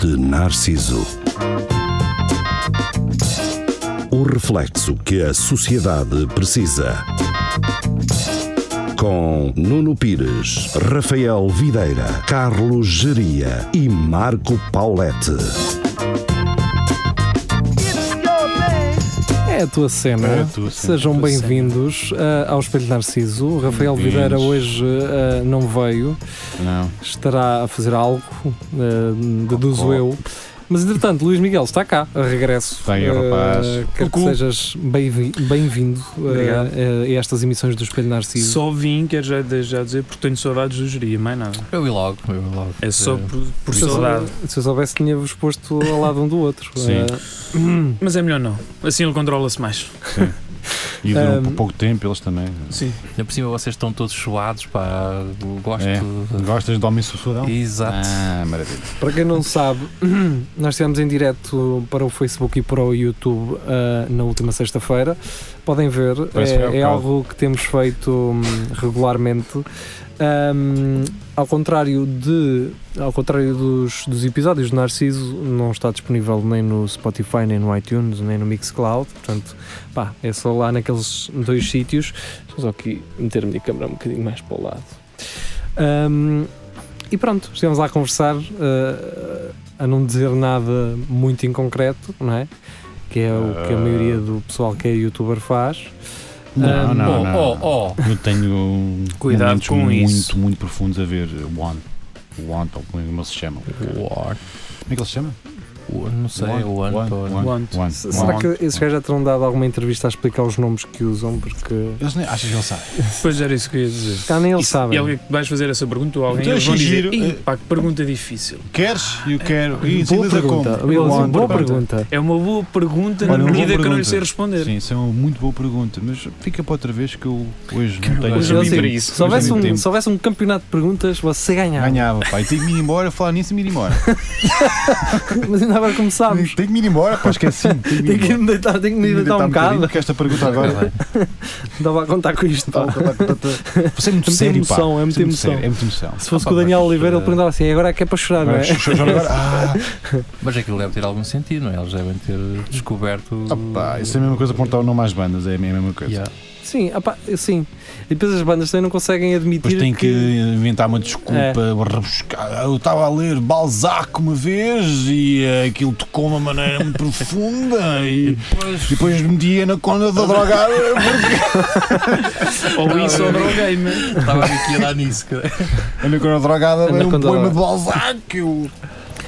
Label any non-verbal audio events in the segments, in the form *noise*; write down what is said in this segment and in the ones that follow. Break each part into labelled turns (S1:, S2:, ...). S1: de Narciso. O reflexo que a sociedade precisa. Com Nuno Pires, Rafael Videira, Carlos Geria e Marco Paulette.
S2: É a tua cena.
S3: É a tua cena.
S2: Sejam
S3: Tua
S2: bem-vindos ah, ao Espelho de Narciso. O Rafael
S3: Bem-vindos.
S2: Videira hoje ah, não veio,
S3: Não.
S2: estará a fazer algo, ah, deduzo eu. Mas entretanto, Luís Miguel está cá, a regresso.
S3: Bem, é,
S2: Ah,
S3: rapaz.
S2: Quero que
S4: Cucu.
S2: sejas bem-vi- bem-vindo ah,
S4: Obrigado.
S2: a estas emissões do Espelho de Narciso.
S4: Só vim, quero já, já dizer, porque tenho saudades do geria, mais nada.
S3: Eu vi logo, eu vi logo.
S4: É só por, por
S2: se, eu,
S4: saudade.
S2: se eu soubesse, tinha-vos posto ao lado um do outro.
S3: Sim.
S2: Ah,
S4: Mas é melhor não. Assim ele controla-se mais.
S3: E durou
S2: Ahm.
S3: por pouco tempo, eles também.
S4: Sim.
S5: Ainda por cima vocês estão todos suados, pá. eu Gosto.
S3: É.
S5: de-
S3: Gostas de homem sufudão?
S5: Exato.
S3: Ah, maravilha.
S2: Para quem não sabe, *clears throat* nós estivemos em direto para o Facebook e para o YouTube ah, na última sexta-feira. Podem ver,
S3: Parece que foi há
S2: é, é
S3: bocado.
S2: algo que temos feito hum, regularmente. Ahm, ao contrário de ao contrário dos, dos episódios do Narciso, não está disponível nem no Spotify, nem no iTunes, nem no Mixcloud, portanto, pá, é só lá naqueles dois sítios. Deixa eu só aqui meter a minha câmera um bocadinho mais para o lado. Ahm, e pronto, estivemos lá a conversar, eh, a não dizer nada muito em concreto, não é? Que é o que a
S3: Ah.
S2: maioria do pessoal que é youtuber faz.
S3: Não,
S2: Ah,
S3: não,
S5: oh,
S3: não.
S5: oh, oh.
S3: Eu tenho
S4: Cuidado
S3: momentos
S4: com
S3: muito,
S4: isso.
S3: muito, profundos a ver Want. Want, ou como eles se chamam. Como
S5: War.
S3: é que eles se chamam?
S5: War, Não sei, o ano.
S3: Want,
S5: pá.
S3: Want,
S4: Want.
S3: Want,
S2: S- Será
S3: Want.
S2: que esses gajos já terão dado alguma entrevista a explicar os nomes que usam? Porque.
S3: Eles nem, achas que eles sabem?
S4: Pois era isso que eu ia dizer.
S2: Cá Ah, nem eles
S4: Isso-
S2: sabem.
S4: E alguém que vais fazer essa pergunta ou alguém
S2: é
S3: Então,
S4: eles vão dizer,
S3: giro,
S4: "Ih, pá, que pergunta difícil.
S3: Queres? Eu quero. E
S2: Boa
S3: ensinas a como?
S2: pergunta. Eles,
S3: Want,
S2: boa
S3: want.
S2: pergunta.
S4: É uma boa pergunta
S3: Olha,
S4: na
S3: uma boa
S4: medida que eu não lhe
S3: pergunta.
S4: sei responder.
S3: Sim, isso é uma muito boa pergunta, mas fica para outra vez que eu hoje não tenho.
S4: Hoje
S2: Eu
S4: não
S2: sei.
S4: para isso.
S2: Se houvesse,
S3: Hoje não
S2: um,
S3: tem
S2: se houvesse um campeonato de perguntas, você ganhava.
S3: Ganhava, pá. E tenho que me ir embora, falar nisso e me ir embora.
S2: *laughs* Mas ainda agora começámos.
S3: Tenho que me ir embora, pá, esqueci-me. Tenho que me
S2: Tenho
S3: ir
S2: que
S3: embora.
S2: me deitar, tenho que me deitar um bocado.
S3: Porque esta pergunta agora. Então,
S2: Estava a contar com isto. pá.
S3: Você é muito
S2: É muita
S3: sério, pá.
S2: emoção, é muita
S3: Você muito
S2: emoção.
S3: sério, É muita emoção.
S2: Se fosse com o Daniel Oliveira, ele perguntava assim: agora é que é para chorar, não é?
S3: Agora, ah,
S5: Mas aquilo deve ter algum sentido, não é? Eles devem ter descoberto.
S3: opá, isso é a mesma coisa que apontar o nome às bandas, é a mesma coisa.
S5: Yeah.
S2: Sim, opá, sim. E depois as bandas também não conseguem admitir
S3: Depois tem que inventar uma desculpa,
S2: É.
S3: rebuscar. Eu estava a ler Balzac uma vez e eh, aquilo tocou de uma maneira muito profunda
S2: *laughs*
S3: e
S5: Pois,
S3: depois metia na conta da drogada.
S4: Ou isso ou né? droguei-me.
S5: estava aqui a dar nisso. cara.
S3: A na conta da drogada
S2: Anaconda
S3: veio um
S2: Drogada.
S3: poema de Balzac. Eu...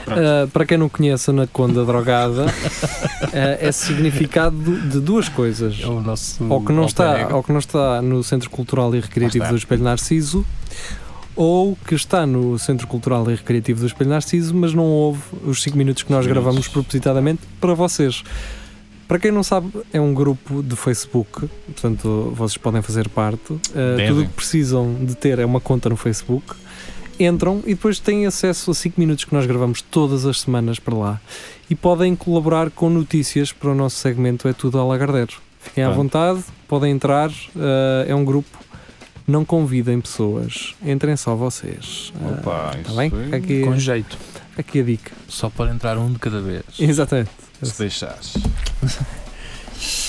S2: Ah, para quem não conhece a Anaconda Drogada, *laughs* ah, é significado de duas coisas.
S5: É o nosso.
S2: Ou que, não
S5: alter
S2: está,
S5: ego.
S2: ou que não está no Centro Cultural e
S3: Lá
S2: Recreativo
S3: está.
S2: do Espelho Narciso, ou que está no Centro Cultural e Recreativo do Espelho Narciso, mas não houve os 5 minutos que nós
S3: Cinco
S2: gravamos
S3: minutos.
S2: propositadamente para vocês. Para quem não sabe, é um grupo de Facebook, portanto vocês podem fazer parte. Ah,
S3: Devem.
S2: tudo o que precisam de ter é uma conta no Facebook. Entram e depois têm acesso a 5 minutos que nós gravamos todas as semanas para lá e podem colaborar com notícias para o nosso segmento É Tudo Alagardeiro. Fiquem à
S3: Pronto.
S2: vontade, podem entrar, eh, é um grupo. Não convidem pessoas, entrem só vocês. Ah,
S3: Opa,
S2: Está
S3: isso
S2: bem?
S3: foi-
S2: Fica aqui,
S4: Com jeito.
S2: fica aqui a dica. *laughs*
S5: Só pode entrar um de cada vez.
S2: Exatamente.
S3: Se deixares.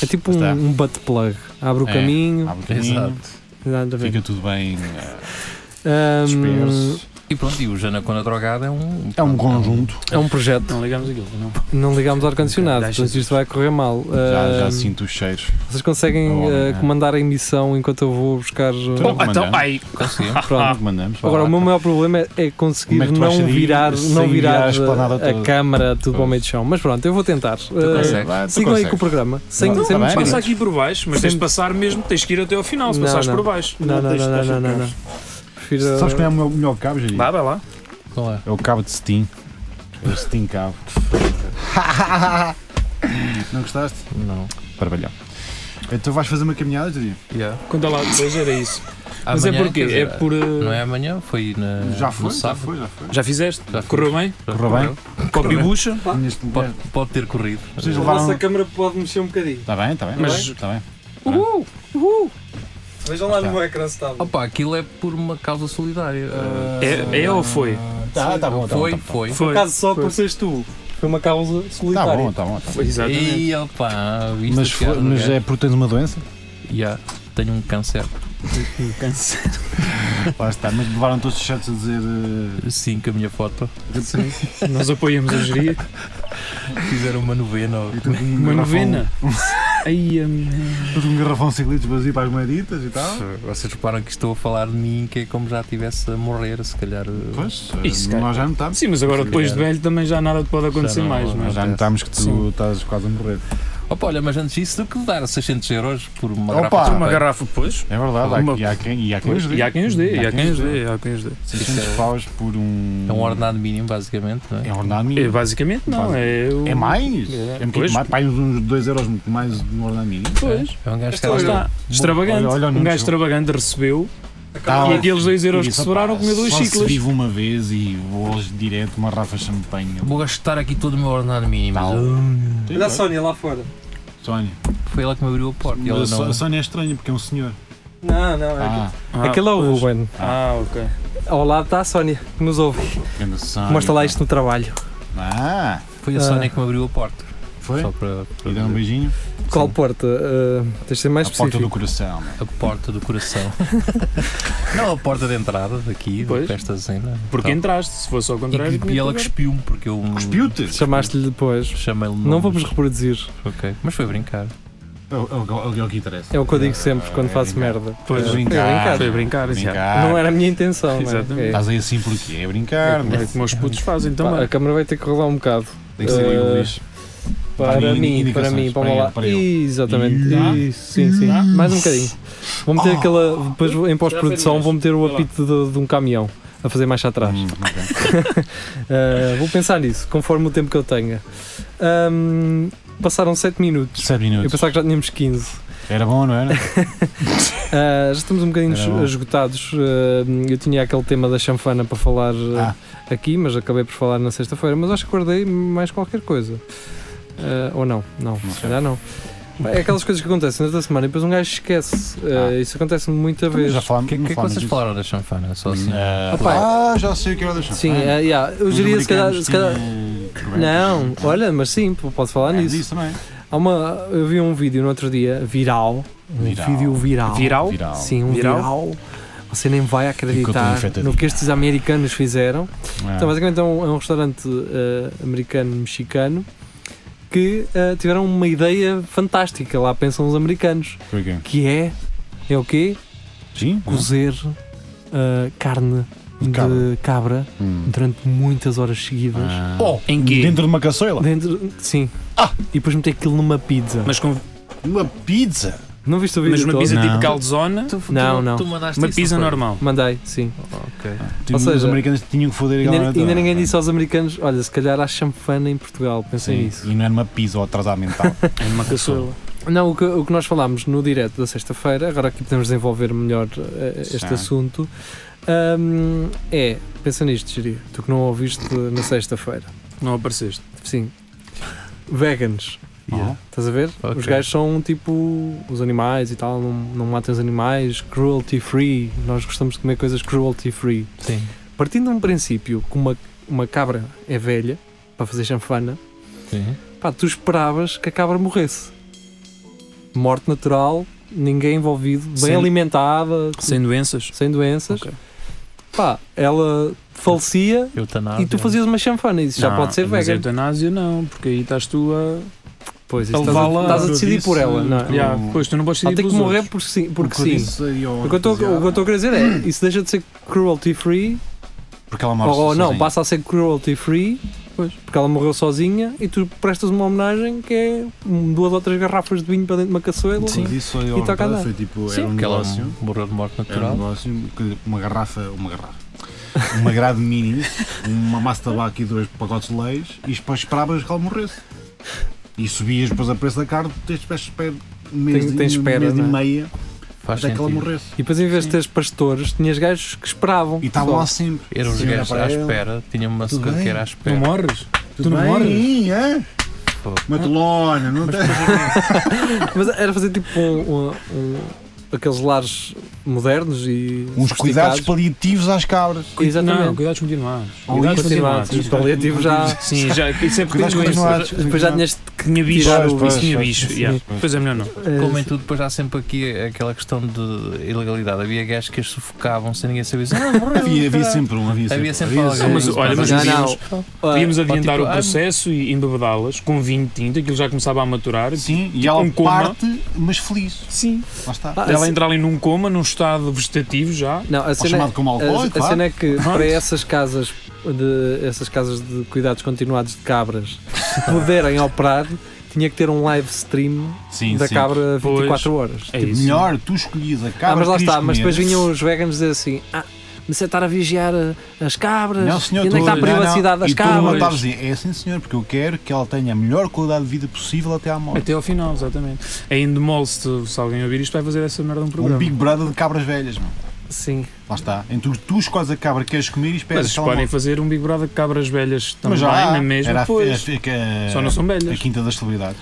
S2: É tipo um,
S3: Está.
S2: um butt plug. Abre o
S3: É.
S2: caminho.
S3: Abre o caminho,
S5: Exato.
S2: Nada a ver.
S3: Fica tudo bem eh,
S2: Ahm,
S3: disperso.
S5: E pronto, e o Janacona Drogada é um.
S3: É um conjunto.
S2: é um projeto.
S4: Não ligamos aquilo, não.
S2: Não ligamos ao ar-condicionado,
S4: Deixa-
S2: portanto isto vai correr mal.
S3: Já, já
S2: Ahm,
S3: sinto os cheiros.
S2: Vocês conseguem
S3: Oh,
S2: eh,
S3: é.
S2: comandar a emissão enquanto eu vou buscar. eh,
S3: Então,
S4: Oh, então,
S3: comandante.
S4: ai,
S5: Conseguimos.
S2: Pronto.
S3: Mandamos, vá
S2: Agora,
S3: lá,
S2: o meu
S3: tá.
S2: maior problema é- é conseguir
S3: Como é que tu vais
S2: não,
S3: sair-
S2: virar, não
S3: sair
S2: virar eh,
S3: à esplanada
S2: a, a
S3: toda?
S2: câmera tudo para o
S3: Pois.
S2: meio do chão. Mas pronto, eu vou tentar. Uh,
S5: consegues.
S3: Vai, tu
S2: sigam aí
S3: consegues.
S2: com o programa. Sem,
S3: Não,
S2: sem
S3: tá
S2: muito
S3: bem.
S4: passa
S2: perigo.
S4: aqui por baixo, mas tens de passar mesmo, tens que ir até ao final, se
S2: Não,
S4: passares
S2: não.
S4: por baixo.
S2: Não, não,
S4: tens-
S2: não, não,
S4: tens-
S2: não, não, não. Prefiro- eh,
S3: Sabes qual é o meu melhor cabo, Jair?
S4: Vá, vai lá.
S5: Qual é?
S3: É o cabo de Steam. É o Steam cabo. Não gostaste?
S5: Não.
S3: Barbalhão. Então vais fazer uma caminhada, Jair?
S4: Conta lá depois, era isso. Mas é
S5: Amanhã,
S4: porquê?
S5: quer
S4: É
S5: dizer,
S4: por. uh,
S5: Não é amanhã? Foi na.
S3: Já
S5: É, no
S3: foi? Já
S5: sábado.
S3: foi, já foi.
S4: Já fizeste?
S5: Já fiz.
S4: Correu bem?
S3: Correu bem?
S4: Copibucha?
S3: Minhas-
S5: Pode, pode ter corrido.
S3: Vocês levaram. Tá
S2: câmara pode mexer um bocadinho.
S3: Está bem, está bem.
S4: Mas-
S3: Está bem.
S2: Uhul! Uhul! Vejam lá no meu ecrã se está bom.
S5: Opa, aquilo é por uma causa solidária. Ah,
S4: É- é ou foi?
S3: Tá, tá bom, tá
S5: foi,
S3: bom.
S5: foi.
S2: Por
S4: Foi.
S2: acaso só
S4: foi.
S2: por seres tu. Foi uma causa
S3: Tá
S2: solitária.
S3: bom, tá bom. tá bom.
S4: Exatamente.
S5: E opa, viste
S3: Mas,
S5: a
S3: foi-
S5: piada do
S3: mas
S5: gajo?
S3: é porque tens uma doença?
S5: Já, tenho um câncer.
S3: *laughs* Lá está, mas levaram todos os chats a dizer. eh,
S5: Sim, com a minha foto.
S4: Nós apoiamos a geria.
S5: Fizeram uma novena. ó.
S3: tudo um
S4: Uma
S3: garrafão-
S4: novena. Aí a
S3: Tudo um garrafão 5 litros vazio para as moeditas e tal.
S5: Vocês reparam que estou a falar de mim, que é como já estivesse a morrer, se calhar.
S3: Pois,
S4: Isso,
S3: eh,
S4: cara.
S3: nós já notamos.
S4: Sim, mas agora depois de velho também já nada te pode acontecer
S5: Já não-
S4: mais, não é?
S3: Nós já notámos que tu
S4: Sim.
S3: estás quase a morrer.
S5: Opa, olha, mas antes disso, do que dar 600 euros por uma
S3: Opa!
S5: garrafa de
S4: Uma
S5: champanhe?
S4: garrafa, pois.
S3: É verdade, há-
S4: Uma-
S3: e há quem, e há quem
S4: Pois,
S3: os dê.
S4: E há quem os dê, e há quem os dê, é e há quem os dê.
S3: 600 paus por um.
S5: É um ordenado mínimo, basicamente, não é?
S3: É um ordenado
S4: É,
S3: mínimo.
S4: basicamente não, é o...
S3: É mais?
S4: É.
S3: É um
S4: Pois.
S3: bocadinho mais. Pai, uns 2 euros mais de um ordenado mínimo.
S4: Pois. Então
S5: É um gajo que
S4: Lá
S5: ela-
S4: está. Extravagante.
S3: Olha, olha o
S4: um
S3: Nuno
S4: gajo
S3: chegou.
S4: extravagante recebeu
S3: Tá,
S4: e
S3: ó.
S4: aqueles 2 euros que
S3: Isso,
S4: sobraram
S3: pá,
S4: comeu duas
S3: só se
S4: chiclas.
S3: vive uma vez e vou hoje direto uma rafa de champanhe.
S5: Vou gastar aqui todo o meu ordenado mínimo.
S3: Tal.
S2: Olha a Sónia lá fora.
S3: Sónia.
S5: Foi ela que me abriu a porta. e Ela
S3: Mas a
S5: não...
S3: Só- a Sónia é estranha porque é um senhor.
S2: Não, não, é
S3: Ah,
S4: Ah,
S2: Aquele é o
S4: pois.
S2: Ruben.
S4: Ah, ok.
S2: Ao lado está a Sónia, que nos ouve.
S3: grande Sónia. tá.
S2: Mostra lá isto no trabalho.
S3: Ah,
S5: Foi a
S2: Ah.
S5: Sónia que me abriu a porta.
S3: foi?
S5: Só para,
S3: E dá um
S5: para
S3: beijinho.
S2: Qual porta? Ah, tens de ser mais
S3: à porta do
S2: específico.
S3: coração.
S5: a porta do
S3: *laughs*
S5: coração. não, a porta de entrada daqui,
S4: Pois.
S5: desta cena.
S4: Porque
S5: Tal.
S4: entraste, se fosse ao contrário.
S5: Ah. E, que- e ela
S4: tinha-te
S5: cuspiu-me, porque eu.
S3: Cuspiu-te?
S2: Chamaste-lhe depois.
S5: Chamei-lhe
S2: Não
S5: nomes.
S2: vamos reproduzir.
S5: Ok, mas foi brincar.
S3: É o- é o é o que interessa.
S2: É o que eu digo sempre quando
S3: É
S2: faço
S3: brincar.
S2: merda.
S4: Pois,
S2: É,
S3: brincar.
S2: é
S4: Foi brincar, assim. ah,
S3: Brincar.
S2: Não era a minha intenção, não é?
S4: Exatamente. então
S2: É.
S3: Estás aí assim porque é brincar. não é?
S4: É o que meus putos fazem
S2: Pá, a
S4: também.
S2: câmara vai ter que rodar um bocado.
S3: Tem que ser aí
S2: Eh,
S3: o Luís.
S2: Para
S3: Para
S2: mim,
S3: mim,
S2: para
S3: indicações.
S2: mim, para
S3: Para
S2: lá.
S3: ele, para ele.
S2: Exatamente.
S4: Tá?
S2: Isso, sim, sim.
S4: Tá?
S2: Mais um bocadinho. Vou meter
S3: Oh.
S2: aquela. Depois vou- em pós-produção
S4: Já
S2: vou meter o
S4: Vai lá.
S2: apito de, de um caminhão a fazer mais atrás.
S3: Hum, ok.
S2: Ah, vou pensar nisso, conforme o tempo que eu tenha. Ahm, passaram 7 minutos.
S3: Sete
S2: Eu
S3: minutos.
S2: pensava que já tínhamos 15.
S3: Era bom, não era?
S2: Ah, já estamos um bocadinho
S3: Era bom.
S2: esgotados. Ah, eu tinha aquele tema da chanfana para falar ah, aqui, mas acabei por falar na sexta-feira. Mas acho que guardei mais qualquer coisa. Ah, ou não, não,
S3: Não
S2: se
S3: sei.
S2: calhar não. É aquelas coisas que acontecem durante a semana e depois um gajo esquece. Ah, isso acontece muita vez.
S3: Então, Já falámos.
S5: O que, é-
S3: não
S5: que é que
S3: falámos
S5: vocês
S3: disso.
S5: falaram da chanfana? Só assim.
S3: Ah,
S2: Opa.
S3: ah, já sei o que era da
S2: Sim,
S3: champanhe.
S2: ah, yeah, eu
S3: Os
S2: diria se calhar.
S3: americanos
S2: se calhar-
S3: tinham problemas.
S2: Não, olha, mas sim, p- posso falar
S3: É,
S2: nisso.
S3: disso também.
S2: Há uma, eu vi um vídeo no outro dia, viral. Um
S3: Viral.
S2: vídeo viral.
S4: Viral?
S3: Viral.
S2: Sim, um viral.
S4: Viral?
S2: Você nem vai acreditar
S3: Ficou tudo
S2: no que estes americanos fizeram.
S3: Ah.
S2: Então, basicamente, é um, é um restaurante americano-mexicano que eh, tiveram uma ideia fantástica. Lá pensam os americanos,
S3: Por quê?
S2: que é, é o quê?
S3: Sim?
S2: Cozer eh, carne
S3: De
S2: de
S3: cabra.
S2: cabra.
S3: Hum.
S2: durante muitas horas seguidas.
S3: Ah.
S4: Oh, em quê?
S3: Dentro de uma caçoela?
S2: Dentro, sim. E depois meter aquilo numa pizza.
S4: Mas, com,
S3: Uma pizza?
S2: Não viste o vídeo
S4: mas uma
S2: todo?
S4: pizza
S3: Não.
S4: tipo calzona,
S5: Tu- tu-
S2: Não, não.
S5: Tu mandaste
S4: uma
S5: isso,
S4: pizza
S5: não foi?
S4: normal.
S2: Mandei, sim.
S5: Ok.
S2: Ou
S3: Tipo, os
S2: seja,
S3: americanos tinham que foder aquela
S2: Ainda,
S3: merda
S2: ainda
S3: toda.
S2: ninguém disse aos americanos: olha, se calhar há chanfana em Portugal, pensem
S3: Sim,
S2: nisso.
S3: E não era uma pizza ou
S2: *laughs*
S3: atrasado mental.
S4: É uma caçola.
S2: Não, o que, o que nós falámos no direto da sexta-feira, agora aqui podemos desenvolver melhor eh, este
S3: Sim.
S2: assunto, hum, é, pensa nisto, Giri, tu que não ouviste na sexta-feira.
S4: Não apareceste.
S2: Sim. Vegans,
S3: Yeah.
S2: estás a ver?
S5: Ok.
S2: Os gajos são tipo os animais e tal, não, não matem os animais, cruelty free, nós gostamos de comer coisas cruelty free.
S5: Sim.
S2: Partindo de um princípio que uma, uma cabra é velha, para fazer chanfana,
S5: Sim.
S2: pá, tu esperavas que a cabra morresse. Morte natural, ninguém envolvido, bem
S4: Sem-
S2: alimentada,
S4: Sem doenças.
S2: sem doenças.
S4: Ok.
S2: Pá, ela falecia
S5: Eutanásia.
S2: e tu fazias uma chanfana e isso já
S4: Não,
S2: pode ser
S4: Mas a
S2: vegan. Então
S4: eutanásia não, porque aí estás tu a.
S2: Pois,
S4: a
S2: isso estás, a,
S4: levá-la-
S2: estás a decidir
S3: disse-
S2: por ela, não é?
S3: Eu-
S4: Já, pois tu não podes
S2: Ela tem
S4: decidir
S2: que
S4: pelos
S2: morrer
S4: outros.
S2: por si- porque
S3: O que eu
S2: sim.
S3: disse aí ao
S2: O que eu estou o que eu
S3: entusiasta-
S2: estou a querer dizer é, isso deixa de ser cruelty free,
S3: Porque ela morre
S2: ou, ou Oh, não,
S3: sozinha.
S2: passa a ser cruelty free,
S4: Pois.
S2: porque ela morreu sozinha e tu prestas uma homenagem que é hum, duas ou três garrafas de vinho para dentro de uma
S3: O
S2: caçoela.
S3: que eu disse aí ao
S2: E toca a
S3: entusiasta
S2: dar.
S3: foi tipo,
S5: Sim,
S3: era um
S5: porque ela
S3: negócio.
S5: morreu de morte
S3: Era um
S5: natural.
S3: negócio, que- uma garrafa, uma garrafa. Uma grade mini, uma massa de tabaco e dois pacotes de leis e depois esperavas que ela morresse. E subias depois a preço da carne, tens de espera um mês,
S2: Tem-
S3: e-
S2: tem espera,
S3: mês e
S2: não é?
S3: meia
S5: Faz
S3: até que ela
S5: sentido.
S3: morresse.
S2: E depois, em vez de teres pastores, tinhas gajos que esperavam.
S3: E estavam
S2: Só.
S3: lá sempre.
S5: Eram os
S3: Sim,
S5: gajos
S3: era
S5: à
S3: para ele.
S5: espera, tinha uma
S3: Tudo bem.
S5: sucateira à
S4: Tu
S5: espera.
S4: morres?
S3: Tudo
S4: Tu não
S3: bem,
S4: morres?
S3: hã?
S5: Pô.
S3: Matelona, não tem.
S2: Mas era fazer tipo um, um- um- aqueles lares modernos e
S3: Uns cuidados
S2: sofisticados.
S3: paliativos às cabras.
S4: Não,
S2: Exatamente.
S4: cuidados continuados.
S3: Ou
S4: Cuidados
S3: isso,
S4: continuados.
S2: Os paliativos já.
S4: Sim, já, isso é porque
S3: um Cuidados
S4: tem
S3: continuados.
S4: doença.
S2: Depois já tinhas
S4: Que tinha bicho.
S2: Tirar o-
S4: Pois, isso tinha
S3: pois,
S4: bicho.
S3: pois,
S4: yeah.
S3: pois.
S4: Pois é melhor não.
S2: eh,
S5: Como em tudo, depois há sempre aqui aquela questão de ilegalidade. Havia gajos que as sufocavam sem ninguém saber. Ah, morreu,
S3: Havia, havia
S5: caralho.
S3: sempre um, havia sempre.
S5: Havia
S3: um.
S5: sempre
S4: Não,
S5: alguém.
S4: mas olha, mas
S2: Não, não.
S4: podíamos, podíamos adiantar
S5: tipo,
S4: o
S5: ah,
S4: processo e embebedá-las com vinho de tinta, aquilo já começava a maturar.
S3: Sim, e
S4: Tipo
S3: ela
S4: um coma.
S3: parte, mas feliz.
S4: Sim.
S3: Lá está.
S2: Ah,
S4: Ela
S2: assim-
S4: entrar ali num coma, num estado vegetativo já.
S2: Não, a cena,
S3: chamado como
S2: a,
S3: alcoólico,
S2: a
S3: claro.
S2: cena é que
S4: Pronto.
S2: para essas casas de essas casas de cuidados continuados de cabras poderem operar, tinha que ter um live stream
S3: Sim,
S2: da
S3: sim.
S2: cabra 24 horas.
S4: É
S3: Tipo,
S4: isso.
S3: melhor, tu escolhias a cabra.
S2: ah, mas lá
S3: que
S2: está,
S3: querias
S2: mas depois
S3: comer.
S2: vinham os veganos dizer assim: ah, comecei a estar a vigiar a- as cabras,
S3: Não, senhor,
S2: e onde é que está a
S3: tu- não,
S2: privacidade
S3: não.
S2: das
S3: E todo mundo
S2: cabras?
S3: estava a dizer, é assim, senhor, porque eu quero que ela tenha a melhor qualidade de vida possível até à
S2: É
S3: morte.
S4: Até ao final, exatamente. É Ainda mole, se, se alguém ouvir isto, vai fazer essa merda um
S3: Um
S4: programa.
S3: Big Brother de cabras velhas, mano.
S2: Sim,
S3: Lá está. Então tu escolhes a cabra que queres comer e esperas
S4: Mas
S3: que ela
S4: podem
S3: morte.
S4: fazer um Big Brother de cabras velhas também,
S3: Mas já há.
S4: na mesma,
S3: Era a-
S4: pois.
S3: a- a- a-
S4: Só não são
S3: a
S4: velhas,
S3: quinta das celebridades.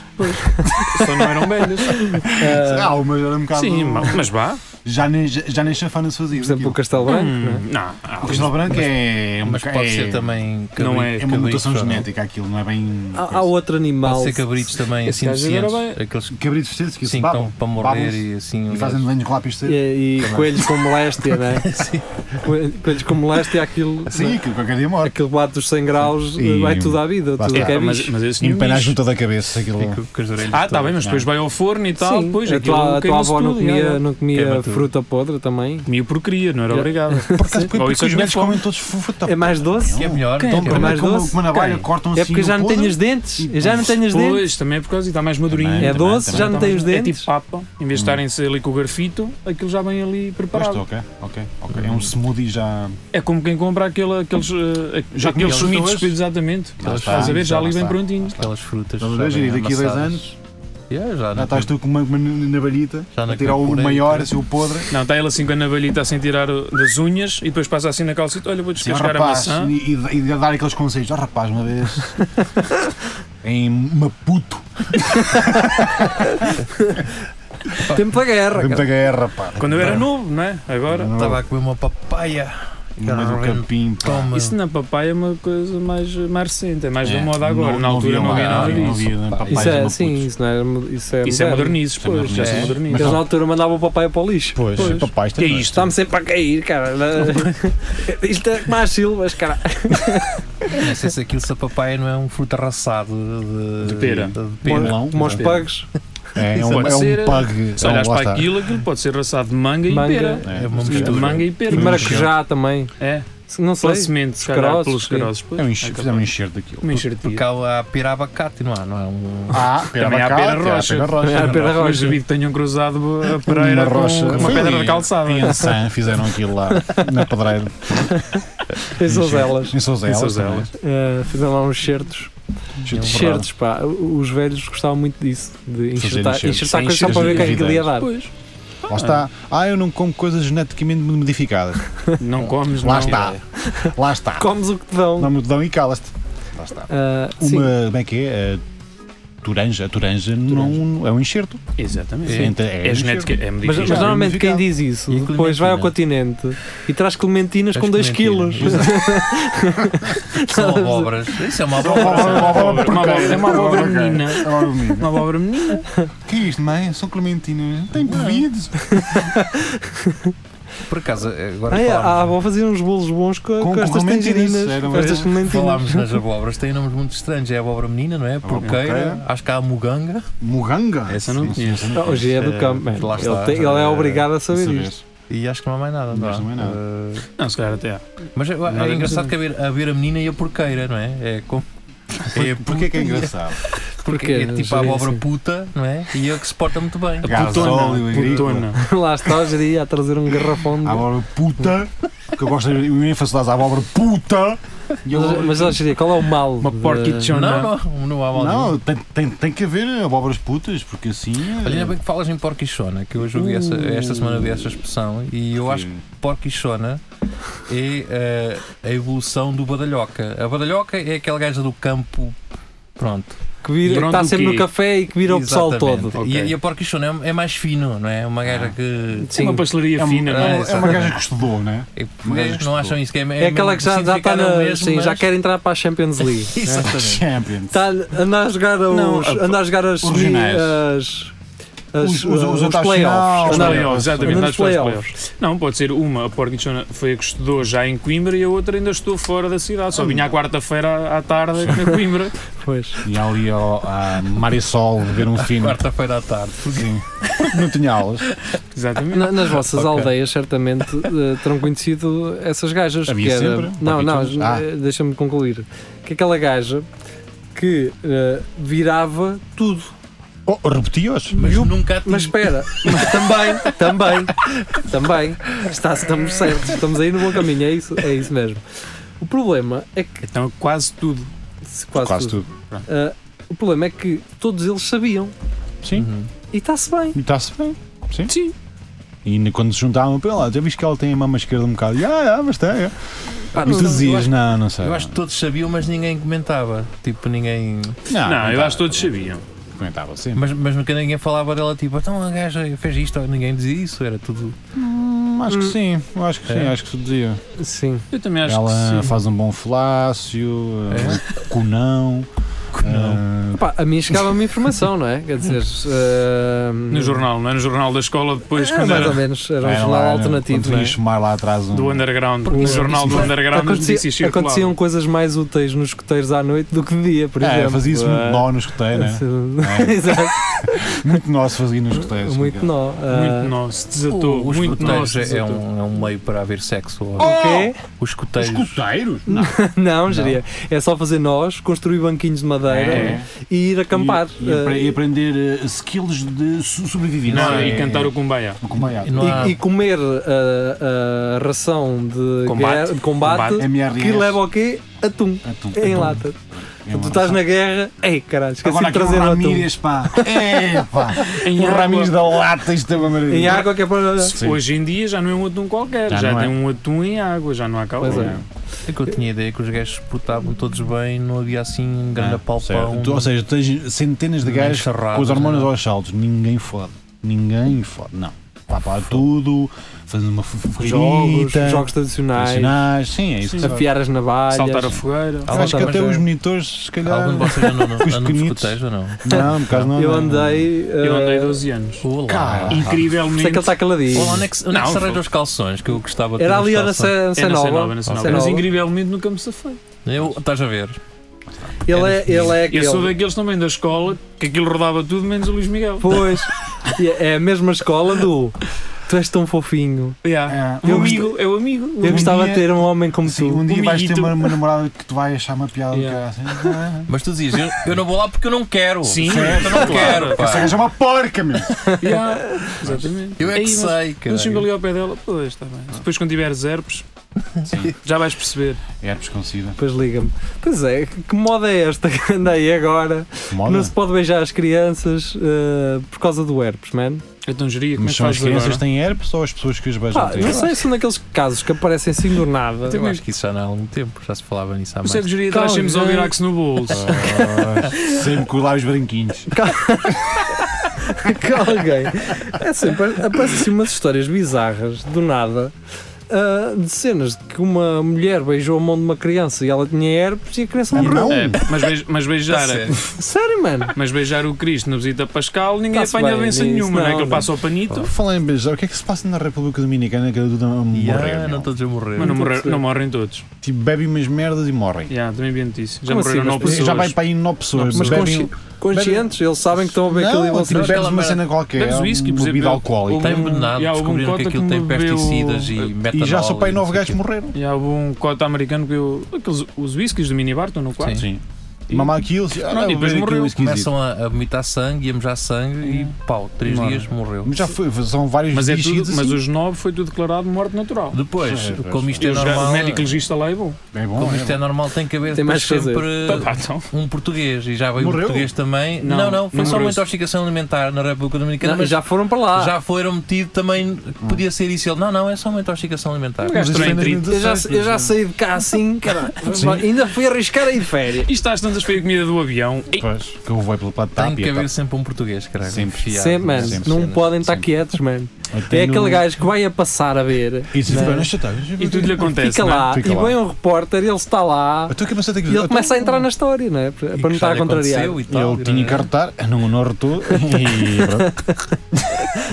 S4: só não
S2: *laughs*
S4: eram velhas.
S3: ah, mas era um bocado.
S4: Sim, ma- mas vá.
S3: Já nem, já nem chafana se fazia.
S2: por exemplo, o
S3: daquilo.
S2: Castelo Branco. não é?
S4: Hum, não, ah,
S3: o Castelo Branco é uma,
S5: Mas pode
S3: é,
S5: ser também.
S4: Não é-
S5: cabritos,
S3: é uma mutação
S5: cabritos, ou não?
S3: genética aquilo, não é bem.
S2: Há, há outro animal.
S5: Pode ser cabritos também
S4: Esse
S5: assim
S4: gajo agora
S5: deficientes.
S4: vai-
S5: Aqueles que
S3: Cabritos deficientes que se
S5: sim, estão
S3: babam
S5: para morrer
S3: babam-se
S5: e assim.
S3: e fazem desenhos com lápis de cera.
S2: E, e coelhos com moléstia, não é? Coelho- Coelhos com moléstia, aquilo. é?
S3: Sim, aquilo qualquer dia morre.
S2: Aquele bate dos 100 graus eh,
S3: E-
S2: vai tudo à vida,
S3: Lá
S2: tudo
S3: está.
S2: que é
S4: Ah, mas,
S2: bicho.
S4: mas esse
S3: Em
S4: nenhum
S3: pena
S4: bicho.
S3: junta da cabeça. Aquilo.
S5: com, com as orelhas.
S4: Ah, está
S5: todas.
S4: bem, mas depois vai ao forno e tal,
S2: Sim,
S4: pois
S2: a
S4: aquilo
S2: tua, a tua
S4: queima-se
S2: avó não
S4: tudo, já, já.
S2: comia, não comia
S5: Queima tudo.
S2: fruta podre também.
S4: Comia por queria, não era
S2: Já.
S4: obrigado.
S2: *laughs*
S3: Por acaso, porque
S4: Ou isso
S3: os
S4: é
S3: velhos
S4: fome.
S3: comem todos fofa
S2: É mais doce?
S5: Que é melhor.
S4: Quem?
S5: então,
S2: É mais
S3: com,
S2: doce?
S3: Com uma navalha,
S4: Quem?
S3: cortam
S2: É
S3: assim
S2: porque
S3: o
S2: já não
S3: podre.
S2: tenho os dentes.
S3: e
S2: Eu já não tenho os dentes.
S4: Pois, também é por causa, e está mais madurinho.
S3: Também,
S2: É
S3: também,
S2: doce,
S3: também,
S2: já não
S4: Está
S2: tenho
S4: mais-
S2: os
S4: É
S2: dentes. Hum.
S4: tipo papa. Em vez de estarem ali com o garfito, aquilo já vem ali
S3: Pois,
S4: preparado.
S3: ok, ok, ok. É um smoothie já.
S4: É como quem compra aquele, aqueles, eh,
S3: Já
S4: aqueles
S3: comeu
S4: sumidos,
S3: todas?
S4: exatamente.
S5: Lá está,
S4: Estás a ver, já ali
S3: lá
S4: bem
S3: está.
S4: prontinho.
S5: Aquelas frutas.
S3: Estás a ver,
S5: sabem,
S3: Giri, daqui a dois
S5: amassadas.
S3: anos
S5: Yeah, já, né?
S3: já estás tu com uma, uma navalhita
S5: Já na
S3: a tirar o
S5: capura e
S3: maior,
S5: tudo.
S3: assim, o podre.
S4: Não, está ele assim com a navalhita assim a tirar o- das unhas e depois passa assim na calcita, olha, vou
S3: Sim, ó,
S4: descascar a
S3: rapaz,
S4: maçã.
S3: e, e- e dar aqueles conselhos. Ó rapaz, uma vez em Maputo,
S2: Tempo da guerra.
S3: tempo
S2: cara.
S3: da guerra, pá.
S4: Quando eu era novo, não é? Agora.
S5: Estava a comer uma papaya.
S3: No meio do
S5: Caramba.
S3: campinho, pá.
S5: Toma.
S4: Isso na papaya é uma coisa mais, mais recente, é mais
S3: É,
S4: da moda
S3: não-
S4: agora. na
S3: não
S4: altura
S3: havia
S4: não havia
S3: lá,
S4: nada
S3: não
S4: disso.
S3: havia
S5: Pá,
S3: papais
S2: Isso
S3: em
S2: é,
S3: Maputo.
S2: sim, isso não era. Isso é,
S4: Isso é
S2: moderno.
S4: modernizes,
S3: Isso é
S4: pois, já são
S5: moderno. É.
S4: modernizes.
S3: Mas
S2: Eles na
S3: não-
S2: altura mandavam o papai para o lixo.
S3: Pois,
S4: Pois.
S3: papais
S4: Que é
S3: também.
S4: isto?
S2: Está-me sempre a cair, cara. Isto é como as silvas, cara.
S5: é, Não sei se aquilo se a papaya não é um fruto arraçado de,
S4: De pera.
S5: De, de
S3: Bom,
S5: pera.
S3: Melão,
S2: Como os
S5: não é?
S2: pagos.
S3: É, é
S4: Isso
S3: um,
S4: pode
S3: é um
S4: ser-
S3: pug.
S4: Se
S3: é um-
S4: olhares
S3: lá
S4: para
S3: está.
S4: aquilo, aquilo pode ser raçado de manga,
S2: Manga.
S4: e pera.
S3: É,
S5: É uma
S3: sim.
S5: mistura.
S4: Manga e
S2: E
S4: pera.
S2: maracujá também.
S4: É,
S2: Se- Não sei.
S4: pela semente, se
S2: Os
S4: calhar,
S2: caroços,
S4: pelos
S2: sim.
S4: caroços. Pois,
S3: É um
S4: é
S3: enxerto, fizemos um enxerto daquilo.
S4: Uma enxertia.
S5: Porque há, há pera abacate, não há? Não é
S3: *laughs*
S5: um.
S3: Ah,
S4: Também há
S3: abacate,
S4: pera roxa.
S3: há
S2: Também há
S3: roxa.
S2: pera
S4: Mas
S2: roxa.
S4: duvido que tenham cruzado a pereira
S3: Uma
S4: com
S3: rocha.
S4: uma
S3: Foi
S4: pedra
S3: ali.
S4: da calçada.
S3: Em Ansan fizeram aquilo lá, na pedreira.
S2: Essas elas.
S3: Em Souselas.
S4: Em Souselas.
S2: Eh, Fizeram lá uns certos.
S3: Enxerto de É um verdade.
S2: Enxertos, pá. Os velhos gostavam muito disso. De enxertar,
S3: enxertos.
S2: enxertar
S3: Sim,
S2: coisas só para ver o que é que aquilo ia dar.
S4: Pois.
S3: Lá está. Ah, eu não como coisas geneticamente modificadas.
S4: Não comes,
S3: Lá
S4: não.
S3: está.
S2: *laughs*
S3: Lá está.
S2: Comes o que te dão.
S3: Não me dão e calas-te. Lá está.
S2: Ah, sim.
S3: Uma, como é que é? A Toranja. A toranja não é um enxerto.
S4: Exatamente.
S5: Sim.
S3: Então,
S4: É,
S3: um
S4: genética,
S2: Mas,
S4: é
S2: mas
S4: modificado.
S3: Já,
S2: normalmente quem
S3: modificado.
S2: diz isso
S5: E
S2: depois vai ao
S5: clementina.
S2: continente e traz clementinas
S5: Traz
S2: com 2 quilos.
S5: clementinas,
S2: *laughs*
S5: São abóboras. Isso é uma
S3: enxerto. Uma
S5: abóbora.
S3: abóbora- É uma abóbora
S4: É Uma abóbora-
S3: porqueira.
S4: uma abóbora
S3: porqueira.
S4: menina.
S3: Uma abóbora menina.
S4: Uma abóbora menina.
S3: Que é isto, mãe? São clementinas. Não tem bebidos.
S5: Por acaso, agora
S2: Ah, é, a
S5: falámos,
S2: avó fazia uns bolos bons com,
S3: Com-
S2: com estas
S3: com clementinas,
S2: tangerinas.
S3: era
S2: Com estas
S3: uma-
S2: clementinas.
S5: falámos nas abóboras, têm nomes muito estranhos. É a abóbora menina, não é? Porqueira.
S3: porqueira.
S5: Acho que há a muganga.
S3: Muganga?
S4: Essa não
S3: Sim, sim,
S4: conheço.
S3: essa não
S2: Ah, Hoje é do
S5: Eh,
S2: campo, man.
S5: lá está.
S2: ele, tem- ele é
S5: Eh,
S2: obrigado a saber
S3: conheço.
S2: isto.
S5: E acho que não há mais nada.
S3: Mas
S5: há?
S3: não é nada.
S5: Eh,
S4: Não, se calhar até há.
S5: Mas é, é
S4: Nada
S5: engraçado que haver, haver a menina e a porqueira, não é? É
S2: *laughs*
S5: como. É a
S3: Porquê que é
S5: puta-
S3: engraçado?
S5: Porque
S2: Porquê?
S5: é tipo a
S2: Sim,
S5: abóbora
S2: sim.
S5: puta, não é? E eu que se porta muito bem.
S4: A
S3: Gás, óleo
S4: putona.
S3: agrícola.
S4: Putona.
S2: Lá está o Jeria a trazer um garrafão de.
S3: A abóbora puta, que eu gosto de me enfatizar a abóbora puta. E eu-
S2: Mas- Mas, ó, Jeria, qual é o mal?
S4: Uma
S2: de-
S4: porquichona.
S5: Não, não, não há mal nenhum.
S3: não, tem, tem, tem que haver abóboras putas, porque assim.
S5: Olha, ainda bem que falas em porquichona, que hoje ouvi essa,
S2: Uh.
S5: esta semana vi essa expressão e eu acho que porquichona é eh, a evolução do badalhoca. A badalhoca é aquela gaja do campo, pronto,
S2: que, vira, que
S4: Durante
S2: está
S4: o
S2: sempre no
S4: quê?
S2: café e que vira o pessoal todo. Ah.
S5: Exatamente. E,
S4: Ok.
S5: e a porquichona é, é mais fino, não é? Uma gaja que.
S4: É uma pastelaria fina, não é?
S5: é,
S3: É uma gaja que estudou, né?
S5: é, gajas que não acham isso que é
S2: É aquela que já, já está na. sim, já quer entrar para a Champions League.
S3: *laughs*
S5: Exatamente.
S3: Champions.
S2: Está a andar Tá, a jogar os.
S3: Não, a-
S2: andar a jogar as. semi-
S3: originais.
S2: as, as- eh,
S3: Os- os- os oitavos de final,
S2: playoffs.
S3: os
S2: Andar-
S3: playoffs.
S4: exatamente,
S2: andar
S4: nas
S2: nos playoffs.
S4: playoffs. Não, pode ser uma. A Porquichona foi a que estudou já em Coimbra e a outra ainda estudou fora da cidade. Só vinha à quarta-feira à- à tarde na Coimbra.
S2: Pois.
S3: E ali ao, a Marisol ver um filme.
S5: Quarta-feira à tarde.
S3: Sim. Não tinha aulas.
S4: Exatamente.
S2: Na- nas vossas
S5: Ok.
S2: aldeias, certamente, eh, terão conhecido essas gajas.
S3: Havia
S2: que era-
S3: sempre?
S2: Não, não,
S3: Papitos? Ah.
S2: eh, deixa-me concluir. Que aquela gaja que eh, virava tudo.
S3: Oh, Repetiu-as?
S5: Mas
S2: E o-
S5: nunca tive.
S2: Mas espera, mas também, também, também. Está, estamos certos, estamos aí no bom caminho, é isso, é isso mesmo. O problema é que.
S4: Então quase tudo.
S2: se- Quase,
S3: Quase
S2: tudo.
S3: tudo.
S2: Eh, o problema é que todos eles sabiam.
S3: Sim.
S5: Uhum.
S2: E está-se bem.
S3: E está-se bem. Sim.
S4: Sim.
S3: E ne- quando se juntavam para lá, já viste que ela tem a mama esquerda um bocado. Ah, ah, mas tem. é."
S5: Pá,
S2: Ah,
S3: E
S5: não,
S3: tu
S5: não, eu
S3: dizias,
S5: acho-
S3: não, não sei.
S5: Eu acho que todos sabiam, mas ninguém comentava. Tipo, ninguém.
S4: não, eu
S3: comentava-
S4: acho que todos sabiam.
S3: Comentava sempre.
S5: Mas, mas nunca ninguém falava dela, tipo, então a gaja fez isto, ou ninguém dizia isso, era tudo.
S3: Hum, acho que sim, eu acho que sim,
S5: É.
S3: acho que se dizia.
S2: Sim.
S4: Eu também acho
S3: ela
S4: que sim.
S3: faz um bom flácio, é. cunão. ah,
S2: Pá, a mim chegava-me informação, não é? Quer dizer. eh,
S4: No jornal, não é? No jornal da escola, depois,
S2: É,
S4: quando
S2: mais ou
S4: era
S2: menos, era um
S3: era
S2: jornal
S3: lá, né?
S2: alternativo.
S3: Quando
S2: não é?
S3: vinhas fumar lá atrás um.
S4: do underground. No
S2: Porque-
S4: jornal do underground, as
S2: Acontecia- um,
S4: notícias circulavam.
S2: aconteciam coisas mais úteis nos escuteiros à noite do que de dia, por
S3: é,
S2: exemplo.
S3: fazia-se
S2: Ah,
S3: muito nó no escoteiro,
S2: *laughs*
S3: né?
S2: se- Exato,
S3: Muito nó se fazia
S2: *laughs*
S3: no escoteiro.
S2: muito nó. Ah,
S4: Muito nosso, desatou.
S5: os
S4: muito
S5: escuteiros
S4: nosso.
S5: é, é
S4: desatou.
S5: um, é um meio para haver sexo. ou-
S2: o quê?
S3: Oh!
S5: Os escuteiros.
S3: escoteiros?
S2: Não, geria. É só fazer nós, construir banquinhos de madeira
S3: É.
S2: e ir *laughs* acampar.
S3: E, e
S2: Ah,
S3: apre- e aprender eh, skills de so- sobrevivência.
S4: Não,
S5: é-
S4: e cantar o Kumbaya.
S3: O combate.
S5: E não há-
S2: Ah, e- e comer a, a ração de
S4: Combate.
S2: guerra- de combate,
S4: Combate.
S3: MRS.
S2: que leva ao quê? Atum.
S3: Atum.
S2: É Em
S3: Atum.
S2: lata.
S3: Em
S2: Tu
S3: lata.
S2: estás na guerra. Ei, caralho, esqueci
S3: é Agora
S2: de
S3: aqui
S2: trazer
S3: o
S2: o atum. *laughs*
S3: Ramírez, pá. É, pá.
S4: Em
S3: O
S4: água.
S3: Ramírez da lata, isto é uma maravilha.
S2: Em água que é para.
S3: Sim.
S4: Hoje em dia já não é um atum qualquer,
S3: Já
S4: já,
S3: não é.
S4: tem um atum em água, já não há calor.
S2: Pois é.
S5: É que eu tinha a ideia que os gajos se portavam todos bem, não havia assim um grande
S3: Ah,
S5: apalpão. né?
S3: certo. Tu- Ou seja, tens centenas de
S5: Nem
S3: gajos
S5: charradas,
S3: com os hormônios
S5: não.
S3: aos saltos. Ninguém fode. Ninguém fode. Não. Pá, pá, tudo. Fazendo uma fu- fu-
S2: Jogos,
S3: fogueirita,
S2: jogos tradicionais,
S3: tradicionais. Sim, é isso.
S4: Sim.
S3: que se faz.
S2: afiar as navalhas.
S4: Saltar a fogueira.
S3: Eu acho que
S5: Algum-
S3: até
S2: mas
S3: os
S2: é-
S3: monitores, se calhar.
S5: Algum de vocês andam
S3: *laughs*
S5: no-
S3: Os
S5: andam nos
S3: pequenitos.
S5: é escuteiros ou não?
S3: Não, por causa não.
S2: Eu
S3: não, não.
S2: andei.
S4: Eu andei
S2: eh,
S4: 12 anos.
S5: Olá!
S3: Cara.
S2: Por isso é
S4: Incrivelmente.
S2: que ele está caladinho.
S5: Olá, onde é que, se- onde é que
S4: Não,
S5: se arranjam
S4: foi-
S5: os calções? Que eu gostava de ter
S2: Era
S5: uns
S2: ali na
S5: calções.
S2: Sé-
S4: É na
S2: Nova.
S4: Cenova, na
S2: Sé
S4: Cenova. Mas
S2: Nova.
S4: incrivelmente nunca me safei.
S5: Eu, estás a ver?
S2: Ele é, ele é
S4: Eu sou
S2: aquele.
S4: daqueles também da escola que aquilo rodava tudo menos o Luís Miguel.
S2: Pois. E É a mesma escola do. Tu és tão fofinho.
S4: Yeah.
S3: É,
S4: O
S2: eu
S4: amigo, é o amigo.
S2: Eu
S3: Um
S2: gostava
S3: dia-
S2: de ter um homem como
S3: Sim,
S2: tu.
S3: um dia
S4: um
S3: vais ter
S4: miguito.
S3: uma, uma namorada que tu vais achar uma piada
S4: Yeah.
S3: do
S5: *laughs*
S3: cara. assim, é?
S5: Mas tu dizias, eu, eu não vou lá porque eu não quero.
S4: Sim,
S5: eu não
S4: claro.
S5: quero.
S3: Essa
S5: Pá.
S3: gaja é uma porca, meu!
S4: *laughs* Yeah, Exatamente.
S5: Eu é
S4: Aí,
S5: que
S4: mas-
S5: sei,
S4: Quando chego
S5: cara.
S4: ali ao pé dela, pois, está bem. Depois quando tiveres herpes, já vais perceber.
S3: É pesconcida.
S2: Depois liga-me. Pois é, que que moda é esta que andei agora?
S3: Moda.
S2: Não se pode beijar as crianças eh, por causa do herpes, man.
S4: Então, geria, como é
S3: Mas
S4: que
S3: são as
S4: fazes
S3: crianças que
S4: agora?
S3: têm herpes ou as pessoas que as beijam
S2: Pá,
S3: têm
S2: Ah, não
S3: herpes?
S2: sei, são daqueles casos que aparecem assim do nada.
S5: Eu acho que isso já não há algum tempo, já se falava nisso
S4: Por
S5: há mais.
S4: isso é que geria,
S2: Calma,
S4: traz sempre ao
S2: não.
S4: Virax no bolso.
S3: Pois, Sempre com os lábios branquinhos.
S2: que alguém. É sempre, aparecem assim umas histórias bizarras, do nada, ah, de cenas de que uma mulher beijou a mão de uma criança e ela tinha herpes e a criança
S3: Ah,
S2: morreu.
S3: não?
S4: É, mas, beij- mas
S2: Tá
S4: beijar,
S5: Sério?
S2: Sério, mano?
S4: mas beijar o Cristo na visita pascal, ninguém
S2: Está-se
S4: apanha a
S2: bem,
S4: doença
S2: isso
S4: nenhuma, não é?
S2: não,
S4: Que ele
S2: não.
S4: passa ao panito,
S3: Por falar em beijar, o que é que se passa na República Dominicana que a Duda morrer?
S5: Yeah,
S3: meu?
S5: um não todos a morrer.
S4: mas não,
S2: estou a
S4: morrer-
S2: perceber.
S4: não morrem todos.
S3: Tipo, bebem umas merdas e morrem.
S4: Yeah, também vi a notícia. Já
S2: Como
S4: morreram
S2: assim, mas
S4: nove pessoas.
S3: Já vai para aí 9 pessoas.
S2: Mas
S3: bebem- um-
S2: consci- conscientes, eles sabem é que estão a ver aquilo e
S3: Não,
S2: vão
S3: tipo,
S5: saber.
S3: bebes uma
S5: Aquela
S3: cena qualquer,
S4: Bebes whisky, por
S3: uma bebida
S4: exemplo,
S3: alcoólica.
S5: Tem
S4: Houve um-
S5: envenenado,
S4: e há algum
S5: descobriram
S4: cota
S5: que
S4: que
S5: aquilo
S4: me
S5: tem
S4: bebeu-
S5: pesticidas
S4: E
S5: e metanol.
S3: E já só pai
S5: e não
S3: 9
S5: sei
S3: gajos
S5: o quê.
S3: morreram.
S4: E há um cota americano que eu. Aqueles, os whiskies do minibar estão no quarto.
S5: Sim.
S3: E mamar aquilo, assim, ah,
S4: Pronto, e
S3: vou beber
S4: depois
S3: aqui
S4: morreu.
S3: um esquisito.
S5: Começam a, a vomitar sangue, íamos já sangue e pau, três
S4: Não.
S5: dias morreu.
S3: Mas já foi, são vários
S4: Mas, é
S3: dias
S4: tudo,
S3: seguidos
S4: mas
S3: assim.
S4: os nove foi tudo declarado morte natural.
S5: Depois,
S3: É, pois,
S5: como isto
S4: E
S5: é
S4: os ga-
S5: normal,
S4: o médico legista lá é bom.
S3: É bom,
S5: como
S3: é
S5: isto é
S3: bom.
S5: normal, tem que haver
S2: Tem mais
S5: depois
S2: que
S5: sempre
S4: Pá, então.
S5: um português e já veio
S3: Morreu?
S5: um português também. Não,
S4: Não,
S5: não, foi só uma
S4: numeroso.
S5: intoxicação alimentar na República Dominicana,
S2: Não,
S5: mas já,
S2: já foram para lá.
S5: foram metido também, podia ser isso. Ele, não, não, é só uma intoxicação alimentar.
S3: é.
S4: gajo
S3: Mas isto foi em
S4: gastroenterite.
S2: Eu já,
S3: 2016,
S2: eu já saí de cá assim, cara. Ainda fui arriscar aí de férias.
S4: Isto às tantas tantas foi a comida do avião. Ei,
S2: Tá,
S3: Pois, que eu vou pela
S5: Tem
S3: platápia.
S5: que haver sempre um português, caralho.
S3: Sempre.
S5: Enfiado,
S2: Sempre, mano,
S5: sempre
S2: não
S5: cenas.
S2: podem estar
S3: Sempre.
S2: quietos, mano. É
S3: um-
S2: aquele gajo que vai a passar a ver.
S3: é
S6: Isso,
S2: né?
S6: não. não
S4: E tudo lhe acontece.
S2: Fica
S4: não é?
S2: lá,
S3: Fica
S2: e
S3: lá.
S2: vem um repórter, ele está lá
S6: Então o que é que você tem que
S2: e ele
S6: dizer?
S2: começa a entrar na história, né? Para
S5: E
S2: para não
S5: que
S2: estar a
S5: já lhe
S2: contrariar.
S5: aconteceu e tal,
S3: Ele tinha
S5: não é?
S3: que cartar, não, não arretou. *laughs* E pronto.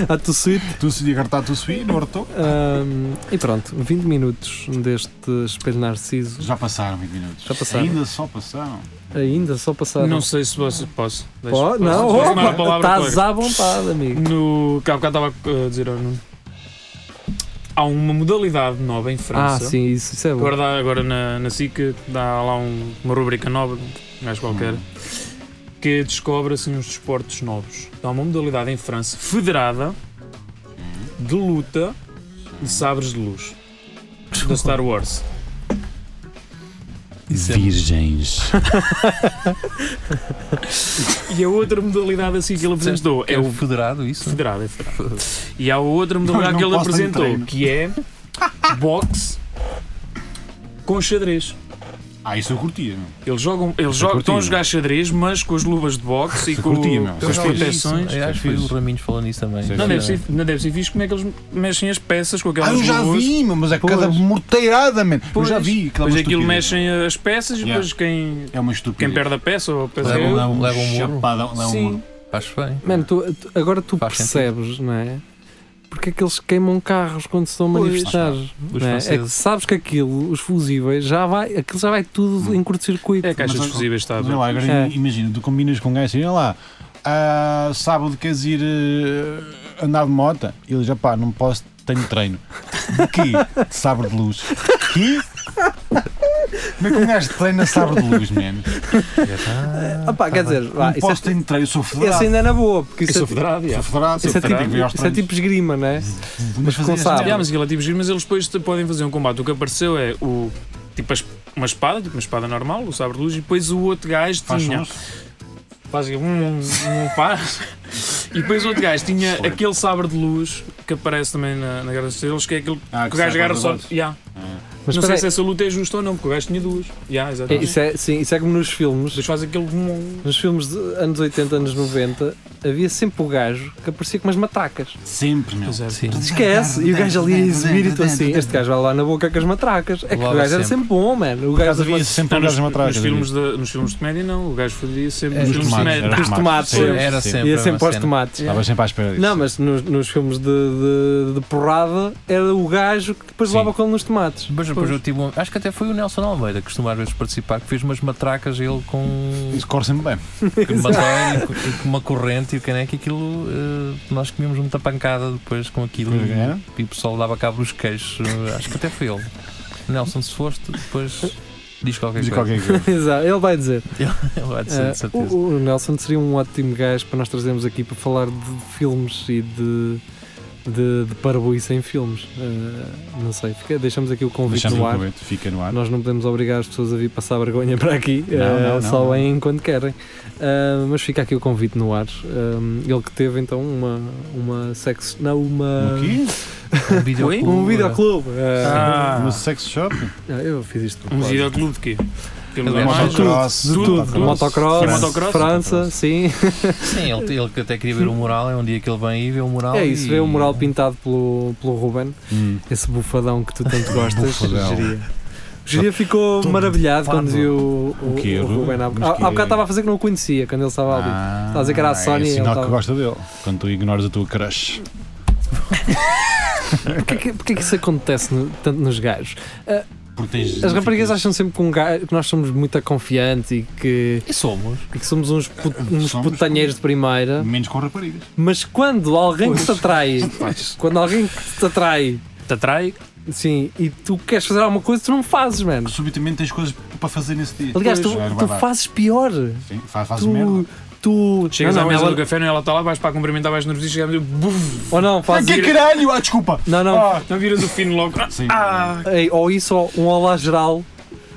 S2: A tu suite.
S3: tu se tinha cartar, tu subi, não arretou.
S2: Ahm, e pronto, 20 minutos deste Espelho Narciso.
S3: Já passaram 20 minutos.
S2: Já passaram.
S3: Ainda só passaram.
S2: Ainda só passaram.
S4: Não sei se posso. Posso? Deixa-
S2: Oh,
S4: posso-
S2: tá. não,
S4: posso tomar a
S2: opa,
S4: palavra
S2: estás
S4: agora?
S2: à vontade, amigo.
S4: No que há bocado estava a dizer ao Nuno. Há uma modalidade nova em
S2: Ah,
S4: França.
S2: sim, isso, isso é bom.
S4: Agora, dá, agora na, na SIC dá lá um- uma rubrica nova, um gajo qualquer,
S3: Hum.
S4: que descobre assim uns desportos novos. Há uma modalidade em França federada de luta de sabres de luz da Star Wars.
S5: é
S3: Virgens.
S4: E a outra modalidade assim que ele apresentou é
S5: É o
S4: o
S5: federado, isso?
S4: federado, é federado. E há outra modalidade
S3: Não,
S4: que
S3: não
S4: ele
S3: posso, tenho treino.
S4: apresentou que é boxe com xadrez.
S3: Ah, isso eu curtia, meu.
S4: Eles jogam, eles jogam, estão a
S3: curtia,
S4: jogar xadrez, mas com as luvas de boxe e com,
S3: curtia, meu.
S4: com as
S3: Eu já ouvi
S4: proteções.
S5: Eu acho que
S3: Pois.
S5: o Raminhos falou nisso também.
S3: Sim,
S4: Não
S3: sim.
S4: deve, ser, não deve ser visto como é que eles mexem as peças com aquelas
S3: Ah, eu já
S4: luvas.
S3: vi, meu, mas é cada
S4: Pois.
S3: morteirada, mano. Eu
S4: Pois.
S3: já vi. aquela
S4: Depois aquilo
S3: estupidez.
S4: mexem as peças e
S3: Yeah.
S4: depois quem,
S3: É uma estupidez.
S4: quem perde a peça ou a peça
S5: Leva
S4: é
S5: um-
S4: outra.
S5: leva um- leva um muro.
S3: Chapadão, leva um
S4: Sim.
S3: muro.
S5: Acho bem.
S2: Mano, tu- tu- agora tu
S5: Faz
S2: percebes, não é? Porque é que eles queimam carros quando se estão a
S4: Pois.
S2: manifestar? não
S5: Os
S2: é? É que
S5: franceses.
S2: sabes que aquilo, os fusíveis, já vai, aquilo já vai tudo em curto-circuito.
S4: É caixas
S3: Mas,
S4: fusíveis, está
S3: Mas olha lá, agora
S2: É.
S3: imagina, tu combinas com um gajo assim, olha lá, ah, sábado queres ir eh, andar de moto? Ele diz, pá, não posso, tenho treino. De quê? De sabre de luz. Que? Como é que um gajo treina sabre de luz, mano?
S5: Ah,
S2: Ah pá,
S4: Tá
S2: quer dizer, vá,
S3: Não
S2: isso,
S3: posso, tenho treino, sou
S2: é, isso
S3: federado.
S2: ainda é na boa, porque isso,
S4: Isso é
S2: é,
S4: federado, yeah.
S3: Sou federado, sou
S2: isso é
S3: federado, tenho que ver aos
S2: tipo, isso é
S3: treinos.
S2: tipo esgrima, não é?
S3: Mas
S2: com
S3: fazer isto,
S2: sabre.
S4: Yeah, mas aquilo é tipo giro, mas eles depois te podem fazer um combate. O que apareceu é o, tipo as- uma espada, tipo uma espada normal, o sabre de luz, e depois o outro gajo
S3: faz
S4: tinha.
S3: sons.
S4: Faz aqui, um, um, um,
S3: *laughs*
S4: faz. E depois o outro gajo tinha aquele sabre de luz que aparece também na, na Guerra das Estrelas, que é aquele
S3: Ah,
S4: que o gajo
S3: sabre
S4: agarra
S3: de
S4: só.
S3: luz.
S4: Yeah.
S2: Mas
S4: não
S2: espera
S4: sei
S2: aí,
S4: se essa luta é justa ou não, porque o gajo tinha duas. Yeah,
S2: é,
S4: exatamente.
S2: isso, é, sim, isso é como nos filmes.
S4: Depois faz aquele. um, vum.
S2: Nos filmes de anos 80, anos 90, havia sempre o gajo que aparecia com umas matacas.
S3: Sempre, meu.
S4: Exato.
S5: Sim.
S2: Esquece! E o gajo ali a exibir e tu assim, este gajo vai lá na boca com as matracas. É que o
S5: Logo
S2: gajo era
S5: sempre.
S2: sempre bom, mano. O
S3: Por
S2: gajo
S3: acaso
S2: das
S3: havia
S2: mat-
S3: sempre um
S4: nos,
S3: gajo me atrás.
S4: nos filmes de, nos filmes de comédia, não. O gajo fazia sempre.
S5: É,
S4: nos
S5: nos
S4: filmes de
S3: tomates, era
S4: comédia.
S2: os tomates,
S5: Era sempre.
S2: ia
S5: a
S2: sempre
S5: mesma
S2: aos
S5: cena.
S2: tomates.
S3: Estava sempre à espera disso.
S2: Não, mas nos, nos filmes de, de- de porrada era o gajo que depois
S3: Sim.
S2: levava com ele nos tomates.
S5: Mas depois eu tive um, Acho que até foi o Nelson Almeida que costuma às vezes participar, que fez umas matracas ele com,
S3: Isso corre sempre bem.
S2: Hum. *laughs*
S3: *laughs*
S5: com um batom e com- e com uma corrente e o caneco. E aquilo eh, nós comíamos muita pancada depois com aquilo
S3: Pois é.
S5: e, e o pessoal dava cabo dos queixos. eh, Acho que até foi ele. Nelson, se foste, depois diz qualquer
S3: Diz
S5: coisa. *laughs*
S3: qualquer coisa.
S2: Exato, ele vai dizer.
S5: Ele há de ser, de
S2: Ah,
S5: certeza.
S2: o, o Nelson seria um ótimo gajo para nós trazermos aqui para falar de filmes e de, de, de parboice em filmes. Ah, não sei, fica- deixamos aqui o convite
S3: Deixamos
S2: no
S3: o
S2: ar.
S3: *laughs* convite, fica no ar.
S2: Nós não podemos obrigar as pessoas a vir passar vergonha para aqui,
S3: Não,
S2: ah,
S3: não, não,
S2: só
S3: não.
S2: vêm quando querem. Ah, mas fica aqui o convite no ar. Ah, ele que teve então uma, uma sexo. Não, uma.
S3: O quê?
S5: Um videoclube.
S2: Um videoclube. Ah,
S4: Ah,
S3: No sex shop?
S2: ah, eu fiz isto. de
S4: um
S2: propósito.
S4: videoclube de quê? Filmes
S5: Ele é
S4: de mais?
S5: motor.
S2: de um tudo, de motocross,
S4: França.
S2: França, França, sim. *laughs*
S5: Sim, ele, ele que até queria ver o mural, é um dia que ele vem e vê o mural.
S2: É isso,
S5: e...
S2: vê o mural pintado pelo, pelo Ruben,
S3: Hum.
S2: esse bufadão que tu tanto
S3: *laughs*
S2: gostas.
S3: Bufadão.
S2: Geria. Geria ficou
S6: Todo
S2: maravilhado quando
S6: bufado.
S2: viu o, o,
S3: O quê, Ah,
S2: o Ruben.
S3: Ruben?
S2: Há há- há
S3: Mas que-
S2: bocado estava a fazer que não o conhecia quando ele estava ali. Estás a dizer que era a Sony, então.
S3: É
S2: ele
S3: sinal
S2: tava-
S3: que gosta dele. Quando tu ignoras a tua crush.
S2: Porquê, que- porquê que isso acontece no- tanto nos gajos?
S3: Porque tens
S2: As raparigas acham sempre que, um gajo- que nós somos muito confiantes e que,
S5: E somos.
S2: e que somos uns, put, uns
S3: Somos.
S2: putanheiros de primeira,
S3: Menos com raparigas.
S2: mas quando alguém que te atrai,
S3: *laughs*
S2: quando alguém que te atrai
S4: Te atrai?
S2: Sim, e tu queres fazer alguma coisa, tu não fazes, mano.
S3: Que subitamente tens coisas para fazer nesse dia.
S2: Aliás, tu,
S3: Pois, vai,
S2: tu
S3: vai, vai.
S2: fazes pior.
S3: Sim, faz, faz merda.
S2: Tu. tu
S4: Chegas
S2: não,
S4: à
S2: não,
S4: mesa
S2: ela-
S4: do café, não, ela está lá, vais para cumprimentar, vais nervoso e chegamos e buf,
S2: Ou não,
S3: Ah,
S2: fazes.
S3: que caralho! Ah, desculpa!
S2: Não, não.
S3: Ah,
S4: não viras o fino logo. Ah,
S3: sim.
S2: ei, ou isso, ou um olá geral.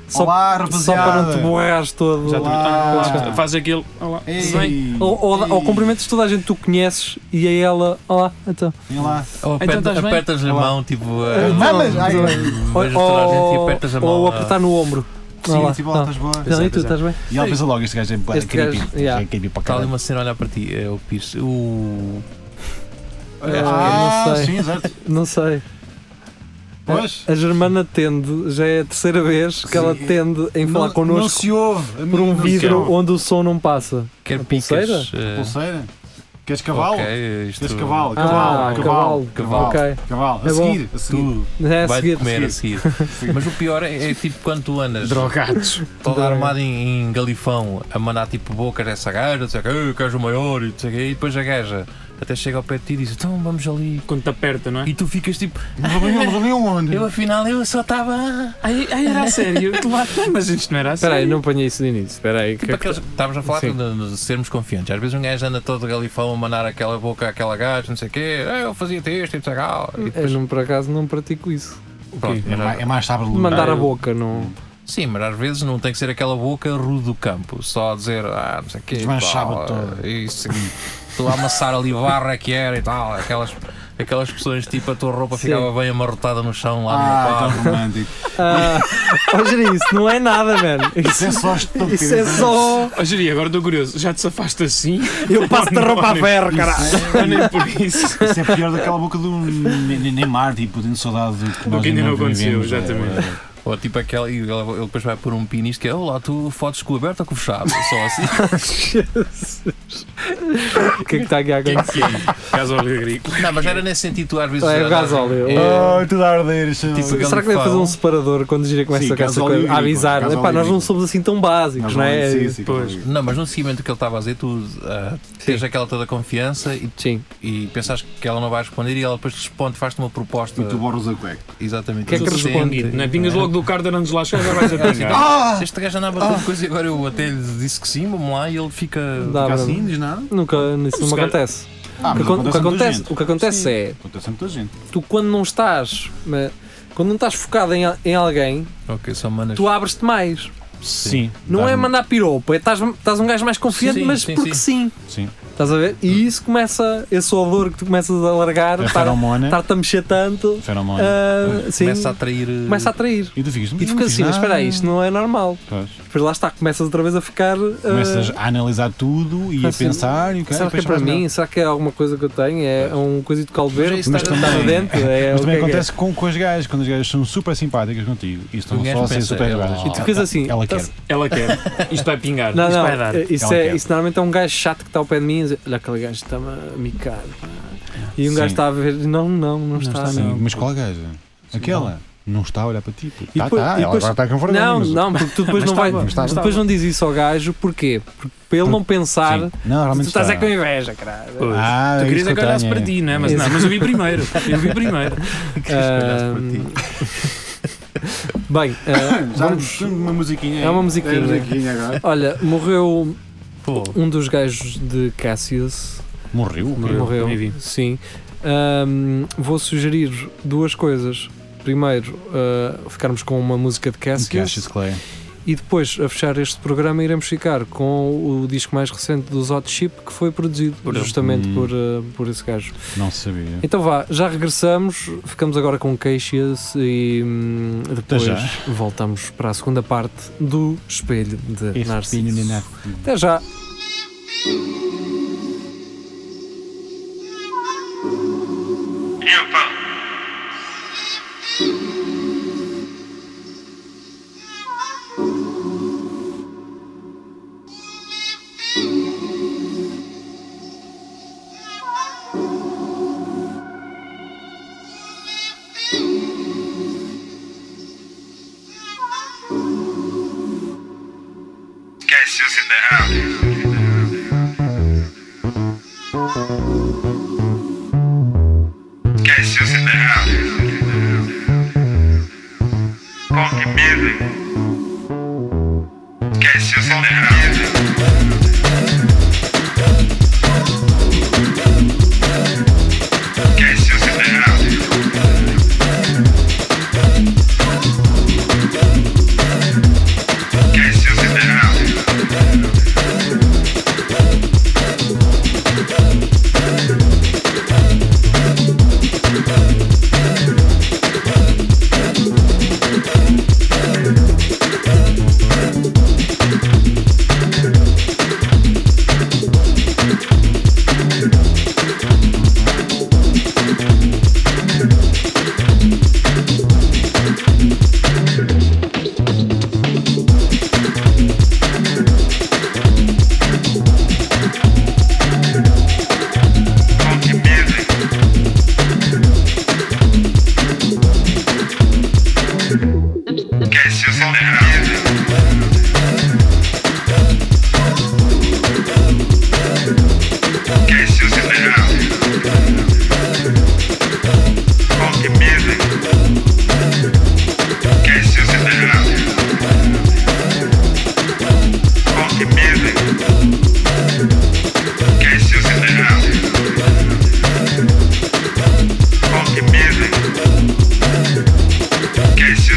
S2: Só,
S3: Olá,
S2: só
S3: rapaziada!
S2: para não te borrares todo.
S4: já te-
S3: Olá.
S4: ah, faz aquele. Olá,
S3: Ei,
S4: tudo bem?
S2: Ou, ou, ou cumprimentas toda a gente que tu conheces e a ela. Olá, então.
S3: Vem lá.
S5: Ou aperta-
S4: estás bem?
S5: apertas a
S3: Olá.
S5: mão, tipo.
S2: Ah,
S5: a-
S2: não,
S3: Mamas! Ai,
S2: Ou,
S5: Beijas toda a gente e
S2: ou,
S5: apertas a mão.
S2: ou
S5: ah.
S2: apertar no ombro. Olá,
S3: sim, tipo, lá
S2: tá.
S3: estás boa.
S2: Não, e tu estás bem?
S3: E ela pensa logo, este gajo é bué
S2: Este
S3: creepy.
S2: gajo,
S3: Este
S2: yeah. Tá
S3: gajo é creepy para
S5: Está tá ali
S3: caralho.
S5: uma cena a olhar para ti, é o Pierce. O.
S2: Ah, não
S3: Ah,
S2: sei. *laughs*
S3: sim, exato.
S2: Não sei.
S3: Pois.
S2: A Germana tende, já é a terceira vez que ela tende em falar
S3: Não- Não
S2: connosco
S3: se ouve.
S2: por um vidro
S3: ou
S2: onde o som não passa.
S5: Quer
S2: A
S5: picas?
S2: pulseira?
S5: eh,
S3: Pulseira. Queres cavalo?
S5: ok, isto-
S3: Queres cavalo?
S2: Ah,
S3: Cavalo, cavalo,
S5: cavalo.
S2: Ok.
S3: cavalo. A
S2: É bom.
S3: seguir, a seguir.
S2: É a
S5: Vai
S2: seguir.
S5: comer a seguir.
S2: *laughs*
S5: Mas o pior é, é tipo quando tu andas
S4: Drogados.
S5: todo armado em, em galifão a mandar tipo bocas dessa gaja, dizer que "Ei, queres o maior e não sei o quê", e depois a gaja até chega ao pé de ti e diz então vamos ali.
S4: Quando te aperta, não é?
S5: E tu ficas tipo,
S3: *laughs* Mas ali- mas ali um onde?
S5: eu afinal eu só estava.
S4: Ai, ai, era a *laughs* sério. Tu lá, Não, mas isto não era a
S2: Espera aí,
S4: sério.
S2: não apanhei isso de início. Espera aí.
S5: Tipo aqueles, estávamos a falar de,
S2: Sim.
S5: de- de sermos confiantes. Às vezes um gajo anda todo galifão a mandar aquela boca àquela gaja, não sei o quê, "Ah, eu fazia-te isto e não sei o quê". "Ah, E
S2: Eu
S5: depois,
S2: não, por acaso não pratico isso.
S5: pronto,
S3: É
S5: mas-
S3: mais- É mais sabre de
S2: Mandar
S5: Ah,
S2: a
S5: eu-
S2: boca, não.
S5: Sim, mas às vezes não tem que ser aquela boca rude do campo, só a dizer, ah, não sei o quê.
S3: Desmanchava
S5: pá,
S3: todo.
S5: Isso, estou a amassar ali barra que era e tal, aquelas, aquelas pessoas tipo a tua roupa
S2: Sim.
S5: ficava bem amarrotada no chão lá no
S3: Ah,
S5: quarto.
S3: tão romântico.
S2: Ah, olha isso, não é nada, mano.
S3: Isso é só estúpido.
S2: Isso é só.
S4: Ó, Jiri, agora estou curioso. Já te safaste assim?
S2: Eu passo-te a roupa a ferro, caralho.
S4: Ah, nem por isso.
S3: é- Isso é pior daquela boca do Ne- Ne- Neymar, tipo, tendo saudade do que nós
S4: que ainda não aconteceu,
S3: vivemos, é,
S4: exatamente.
S3: é.
S2: então.
S5: Ou tipo aquela, e ele, ele depois vai pôr um pin isto que é, olá, tu fotos com o aberto ou com o fechado?
S2: *laughs*
S5: Só assim.
S2: O que é que está aqui a
S4: Quem
S2: acontecer?
S4: que é? Caso ao agrícola.
S5: não, mas era nesse sentido, tu às vezes.
S2: É o gás óleo. Ah.
S3: Ai, Ah, tudo a arder. é chama.
S5: Tipo,
S3: Nós
S2: Será que deve fazer um separador quando gira com
S3: Sim,
S2: essa com essa
S3: gasóleo
S2: coisa? A
S3: agrícola,
S2: avisar.
S3: gasóleo
S2: Epá, nós não
S3: agrícola.
S2: somos assim tão básicos, não
S3: vamos-
S2: é?
S3: sim, sim,
S4: Pois.
S3: claro.
S5: Não, mas no seguimento que ele estava a dizer, tu ah, tens aquela toda confiança e,
S2: Sim.
S5: e pensas que ela não vai responder e ela depois responde, faz-te uma proposta.
S3: E tu borras a cueca.
S5: Exatamente.
S2: Quem é que
S5: Inocente,
S2: responde?
S4: Não é? Vinhas
S5: não é?
S4: logo do carro antes lá chegar, já vais a pingar.
S3: Ah!
S5: Este gajo andava com coisa e agora eu até lhe disse que sim, vamos lá, e ele fica.
S2: Dá
S3: Fica
S2: para-
S3: assim, diz nada.
S2: Nunca, isso
S4: Se
S2: não me
S4: calhar-
S2: acontece.
S3: Ah,
S2: O que
S3: mas
S2: acon- o que
S3: acontece a muita
S2: acontece,
S3: gente.
S2: o que acontece é,
S3: Acontece a muita gente.
S2: tu quando não estás, mas, quando não estás focado em, em alguém,
S5: Ok, só mandas.
S2: tu abres-te mais.
S5: Sim.
S2: Não é mandar piropa, é estás, estás um gajo mais confiante,
S5: Sim,
S2: mas
S5: sim,
S2: porque sim.
S3: Sim.
S2: Estás a ver? E isso começa, esse odor que tu começas a largar,
S3: Hum. É
S2: estar-
S3: feromona.
S2: estar-te a mexer tanto,
S3: Feromona.
S2: Tá- ah, sim,
S5: Começa a atrair. eh,
S2: começa a atrair.
S3: E tu ficas.
S2: E tu ficas assim, mas espera aí, isto não é normal.
S3: Pois.
S2: Depois lá está, começas outra vez a ficar. ah,
S3: Começas a analisar tudo e a
S2: assim,
S3: pensar. e
S2: Será
S3: o caralho,
S2: que é
S3: depois
S2: para
S3: fazes
S2: mim?
S3: merda.
S2: Será que é alguma coisa que eu tenho? É um coisito de caldeiro
S3: é
S5: Mas
S2: que
S5: isso
S2: está
S5: também-
S2: para dentro? É
S3: Mas
S2: o que é que
S3: também
S2: é?
S3: acontece com, com as gajas, quando as gajas são super simpáticas contigo e estão
S5: O gajo
S3: só a ser
S5: pensa,
S3: super
S5: ela-
S3: gajas.
S5: E
S2: tu ficas assim,
S3: Ela quer.
S2: tá-se-
S4: Ela quer. Isto vai pingar.
S2: Não,
S4: Isto
S2: não,
S4: vai dar.
S2: isso,
S3: Ela
S2: é,
S3: quer.
S2: isso normalmente é um gajo chato que está ao pé de mim e diz, olha aquele gajo está-me a micar. pá." E um
S3: Ah, Sim.
S2: gajo está a ver, não, não, não, está, assim."
S3: Sim,
S2: não.
S3: mas qual gaja? Aquela. Não está a olhar para ti. Tá,
S2: depois-
S3: tá,
S2: e
S3: ela
S2: depois-
S3: agora está confortável.
S2: Não,
S3: mas-
S2: não, porque tu depois
S3: Mas
S2: não vai,
S3: estava, mas estava.
S2: depois não diz isso ao gajo, porquê? Porque para ele não pensar,
S3: Sim. Não,
S2: tu
S3: realmente
S2: estás
S3: está.
S2: é com inveja, caralho.
S4: Pois.
S3: Ah, é
S4: tu querias
S3: isso
S4: é
S3: que
S4: que
S3: eu
S4: olhasse
S3: tenho,
S4: para
S3: é.
S4: ti, não é? Mas não, mas eu vi primeiro. Eu vi
S3: *laughs*
S4: primeiro.
S2: Ah, *laughs* Bem, ah,
S3: Já
S2: vamos-
S3: vamos uma musiquinha.
S2: É uma musiquinha.
S3: É uma musiquinha agora.
S2: olha, morreu
S5: Pô,
S2: um dos gajos de Cassius,
S3: Morreu?
S4: Morreu,
S2: morreu,
S4: também vi.
S2: sim. Ahm, vou sugerir duas coisas. Primeiro, ah, ficarmos com uma música de Cassius.
S3: Cassius Clay.
S2: E depois, a fechar este programa, iremos ficar com o disco mais recente dos Hot Chip, que foi produzido
S4: ele.
S2: justamente
S3: Hum.
S2: por, eh, por esse gajo.
S3: Não sabia.
S2: Então vá, já regressamos, ficamos agora com Queixias e hum, depois
S3: já.
S2: voltamos para a segunda parte do Espelho de
S3: Este pinho de
S2: Narciso.
S3: nada.
S2: Até já!
S6: Cassius in the house. Cassius in the house. Funky music. Cassius in the house. Cassius in the house. Cassius in the house.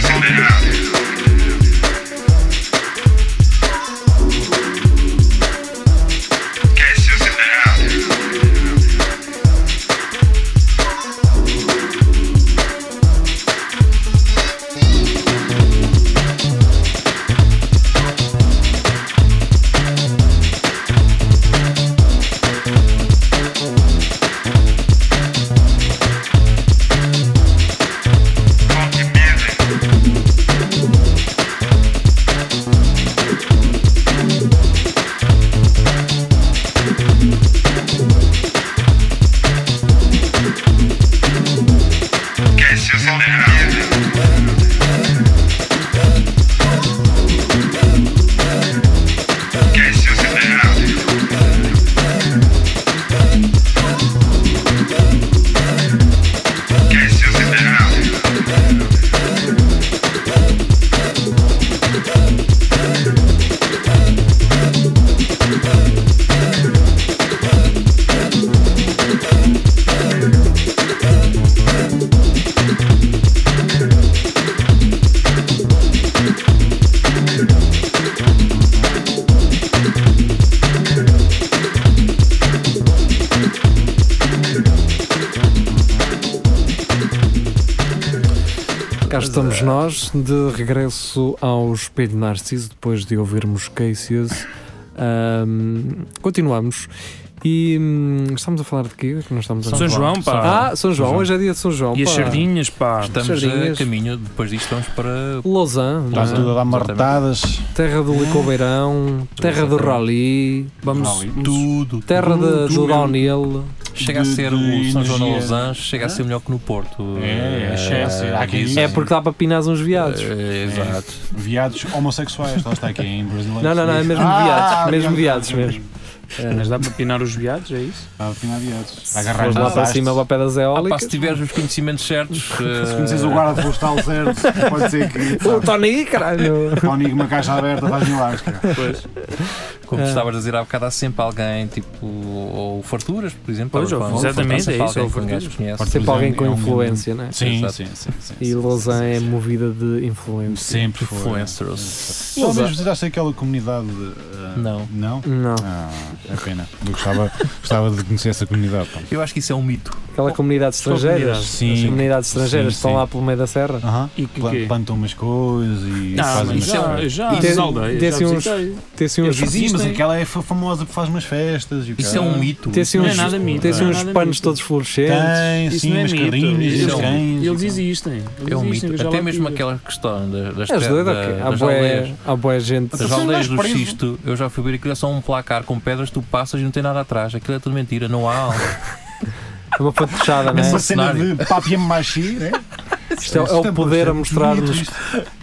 S6: Som de rádio. Queixas da rádio. Funky music. Queixas da rádio. Queixas da rádio. Queixas da rádio.
S2: Cá
S3: é.
S2: estamos nós, de regresso ao Espelho Narciso, depois de ouvirmos Cases. Ahm, continuamos. E hum, estamos a falar de quê? Que nós estamos a
S4: São João, pá.
S2: Ah, São João,
S5: João.
S2: hoje é dia de São João.
S4: e as
S2: pá.
S4: sardinhas, pá.
S5: Estamos
S2: Sardinhas.
S5: a caminho, depois disto vamos para.
S2: Lausanne,
S3: Está
S2: não é?
S3: tudo a dar marretadas.
S2: terra do Licobeirão, terra do Rally,
S4: Vamos.
S5: Tudo.
S2: terra de, do Downhill.
S5: Chega a
S3: de-
S5: ser
S3: de
S5: o São João de
S3: energia.
S5: Lausanne, chega a ser melhor que no Porto.
S3: É, é,
S5: Eh,
S3: é, há quem
S5: isso.
S3: diga.
S2: É porque dá para pinar uns viados.
S5: Eh, Exato.
S3: Viados homossexuais, lá está aqui em brasileiro. Ah,
S2: Não, não, não, é mesmo viados, mesmo viados mesmo.
S4: Mas dá para pinar os viados, é isso?
S3: Está é a afinar viados.
S2: Se fores lá para cima, lá para das
S5: Ah, pá,
S2: eólicas.
S5: se tiveres os
S2: *laughs*
S5: conhecimentos certos. eh,
S3: Se conheces o guarda postal certo, pode ser que.
S2: O
S3: sabe,
S2: Tony, caralho!
S3: Há um nigo, uma caixa aberta, faz milagres, cara.
S4: Pois.
S5: Como
S2: É.
S5: estavas a dizer há bocado, há sempre alguém, tipo, ou farturas, por exemplo.
S4: Pois,
S5: estavas
S4: ou-
S5: falando de
S4: exatamente,
S5: farturas,
S4: é isso,
S5: há
S4: ou
S5: alguém que um
S4: farturas.
S5: gajo conhece.
S3: Farturas.
S2: Sempre alguém com
S3: É um-
S2: influência, né?
S3: Sim,
S5: Exato.
S3: sim, sim, sim.
S2: E
S3: sim,
S2: Lausanne é
S3: sim, sim.
S2: movida de influência.
S3: Sempre foi.
S5: Influencers.
S3: Pelo menos visitaste aquela comunidade. ah,
S5: Não.
S3: Não?
S2: Não,
S3: Ah, é pena. Eu gostava, gostava de conhecer essa comunidade. pá.
S5: Eu acho que isso é um mito.
S2: aquela comunidade
S4: Só
S2: estrangeira.
S4: comunidades.
S2: As
S3: Sim.
S2: comunidades estrangeiras
S3: Sim,
S2: estão
S3: sim.
S2: lá pelo meio da serra.
S3: Aham.
S4: E que
S3: Plan-
S4: quê?
S3: Plantam umas coisas e
S4: Não,
S3: fazem
S4: mas
S3: umas
S4: isso é, um
S3: coisas.
S4: já
S2: Desse-
S4: nas aldeias.
S2: desse
S4: já
S2: uns-
S4: visitei.
S2: Tem-se assim uns,
S4: Eu vi-
S3: Sim, mas
S4: Existem.
S3: aquela é fa- famosa por faz umas festas. E o
S5: Isso é
S3: caralho.
S5: um mito.
S2: tem-se
S4: Não é
S2: assim uns,
S4: nada mito,
S2: tem-se
S4: não é
S2: uns
S4: nada
S2: panos
S4: mito.
S2: todos fluorescentes.
S3: Tem,
S4: Isso
S3: sim,
S4: não é
S3: assim umas
S4: mito.
S3: carinhas,
S4: Isso
S5: é
S3: uns
S5: um-
S3: cães.
S4: Eles
S3: e-
S4: existem. Eles
S5: É um
S4: existem,
S5: mito.
S4: eu já lá
S5: Até mesmo
S4: tive.
S5: aquela questão da- das
S2: És
S5: tre-
S2: doido Ah, ou
S5: da-
S2: quê? Há
S5: das
S2: boé,
S5: aldeias.
S2: há boé gente.
S5: Das
S3: Sim,
S5: aldeias
S3: mas
S5: do
S3: preso.
S5: Xisto, eu já fui ver aquilo, é só um placar com pedras, tu passas e não tem nada atrás. Aquilo é tudo mentira, não há algo.
S2: É uma fachada, né?
S5: Essa
S4: um
S3: Uma cena
S5: cenário.
S3: de papier machi, né?
S2: Isto é, é o poder a mostrar-nos,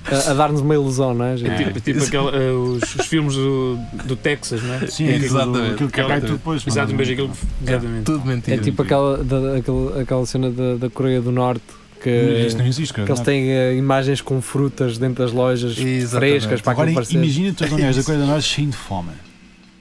S2: a, a dar-nos uma ilusão, não é? gente?
S4: É tipo, tipo aquela, eh, os, os filmes do, do Texas, não é?
S3: Sim,
S5: Exatamente.
S3: aquilo, aquilo que cai
S4: Aquela-
S3: tudo depois.
S4: Exato, um
S3: mano.
S4: mas aquilo. Exatamente.
S5: *laughs* Tudo mentira.
S2: É tipo aquela, da, aquela, aquela cena da, da Coreia do Norte que,
S3: Isto não existe, cara.
S2: que eles têm eh, imagens com frutas dentro das lojas
S5: Exatamente.
S2: frescas para
S3: Agora
S2: aquilo
S3: i-
S2: parecer.
S3: imagina tu és
S2: *laughs*
S3: da coisa de nós cheio de fome.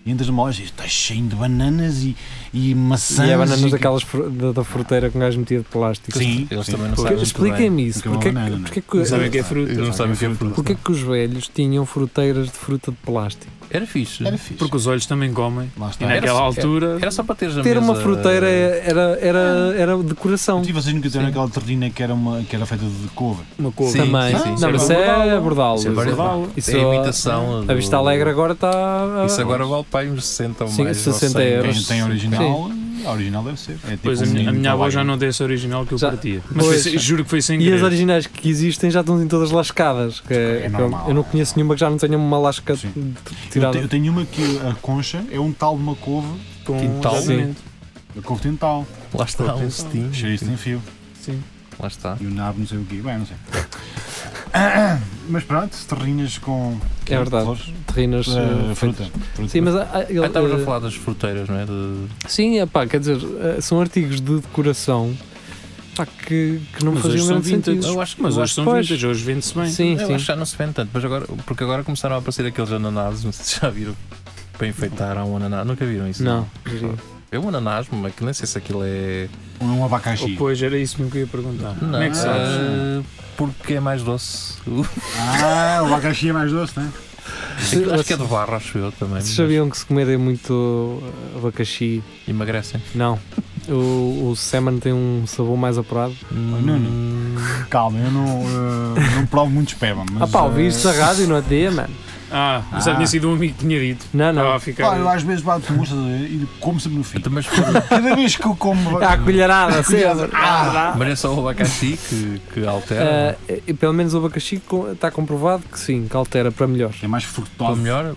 S3: E entras numa loja e estás cheio de bananas e, e maçãs.
S2: E é bananas
S3: que-
S2: daquelas fru- da, da fruteira com gás metido de plástico.
S3: Sim,
S5: Eles
S3: sim.
S5: também não
S2: Que-
S5: sabem. muito bem.
S2: Expliquem-me isso.
S3: Porque é uma
S2: Porquê,
S3: banana, não é?
S2: porquê,
S4: Não sabem o
S2: que,
S4: que é fruta.
S5: Eles não sabem o que é fruta.
S2: porquê que os velhos tinham fruteiras de fruta de plástico?
S5: Era fixe.
S3: Era fixe.
S4: Porque os olhos também comem.
S3: Lá
S4: E
S2: Ah,
S3: está.
S5: Era
S4: naquela
S5: só-
S2: assim,
S4: altura.
S2: tipo
S5: Era só para teres a
S2: Ter uma
S5: mesa-
S2: fruteira é- era, era, era decoração.
S3: E vocês nunca tiveram
S5: Sim.
S3: aquela terrina que era, uma, que era feita de couve?
S4: Uma couve.
S5: Sim,
S2: Também.
S5: sim,
S2: não,
S5: sim.
S2: mas
S4: Isso
S2: isso
S4: é
S2: é
S4: verdade.
S2: abordá-lo.
S5: Isso é verdade.
S4: Verdade.
S2: Isso
S5: É a
S2: a-
S5: imitação.
S2: A Vista
S5: do-
S2: Alegre agora tá está.
S5: Isso agora é vale para aí uns 60 ou
S2: Sim,
S5: mais.
S2: 60
S5: ou 100.
S2: euros.
S3: Quem tem original, a original deve ser. É tipo
S4: Pois a
S3: um
S4: minha, a minha avó
S3: trabalho.
S4: já não tem esse original que eu
S2: Já-
S4: partia. Mas é
S2: Pois.
S4: foi sem- juro que foi sem
S2: E as
S4: querer.
S2: originais que existem já estão em todas lascadas. que é- que eu-
S3: normal.
S2: eu não conheço nenhuma que já não tenha uma lasca
S3: Sim.
S2: de-
S3: Eu,
S2: tirada.
S3: te, eu tenho uma que a concha é um tal de uma couve,
S4: Com
S5: Quintal.
S4: exatamente.
S3: a couve tem tal.
S5: Lá está um steam.
S3: Cheiro tem fio.
S4: Sim.
S5: Lá está.
S3: E o nabo não sei o quê. Bem, não sei. *coughs* Mas pronto, terrinhas com
S2: É verdade.
S3: flores,
S2: Terrinas.
S3: eh,
S2: eh,
S3: fruta. fruta.
S2: Sim, mas há- há- ele-
S5: Ah, estávamos
S2: eh,
S5: a falar das fruteiras, não é? De...
S2: Sim, é pá, quer dizer, eh, são artigos de decoração pá, que, que não
S4: Mas
S2: faziam
S4: hoje são
S2: grande sentido.
S4: vintage. Eu
S5: acho
S4: Mas hoje são
S2: Pois.
S4: vintage, hoje vende-se bem.
S2: Sim,
S5: Eu
S2: sim.
S5: acho que já não se vende tanto, mas agora, porque agora começaram a aparecer aqueles ananases, não sei se já viram, para enfeitar há um ananás. Nunca viram isso?
S2: Não,
S5: É um ananás, mas que nem sei se aquilo é.
S3: Não é um abacaxi.
S4: Oh, Pois era isso mesmo que eu ia perguntar. Como é que sabes?
S5: Ah, porque é mais doce. *laughs*
S3: Ah, o abacaxi é mais doce, né?
S5: Aquilo acho que é de barro, acho eu também.
S2: Vocês sabiam que se comerem muito abacaxi?
S5: mas Emagrecem.
S2: Não. O, o semen tem um sabor mais apurado.
S3: não,
S5: Hum,
S3: Calma, eu não, eh, não provo muito espema. Mas,
S2: ah pá,
S3: eh,
S2: ouvi isto a rádio no outro dia, mano.
S4: Ah, mas já tinha sido um amigo que tinha dito.
S2: Ah, Não, não.
S4: Estava a
S3: Pá,
S4: ficar.
S3: eu às vezes bato com gosto e como sempre no fim.
S5: Então, mas, foi-
S3: Cada vez que eu
S2: *laughs*
S3: como.
S2: Ah, a colherada,
S3: *laughs*
S2: César. Ah, dá.
S5: mas é só o abacaxi que, que altera.
S2: Ah, e pelo menos o abacaxi co- está comprovado que sim, que altera para melhor.
S3: É mais
S5: Para
S3: frutoso.
S5: melhor?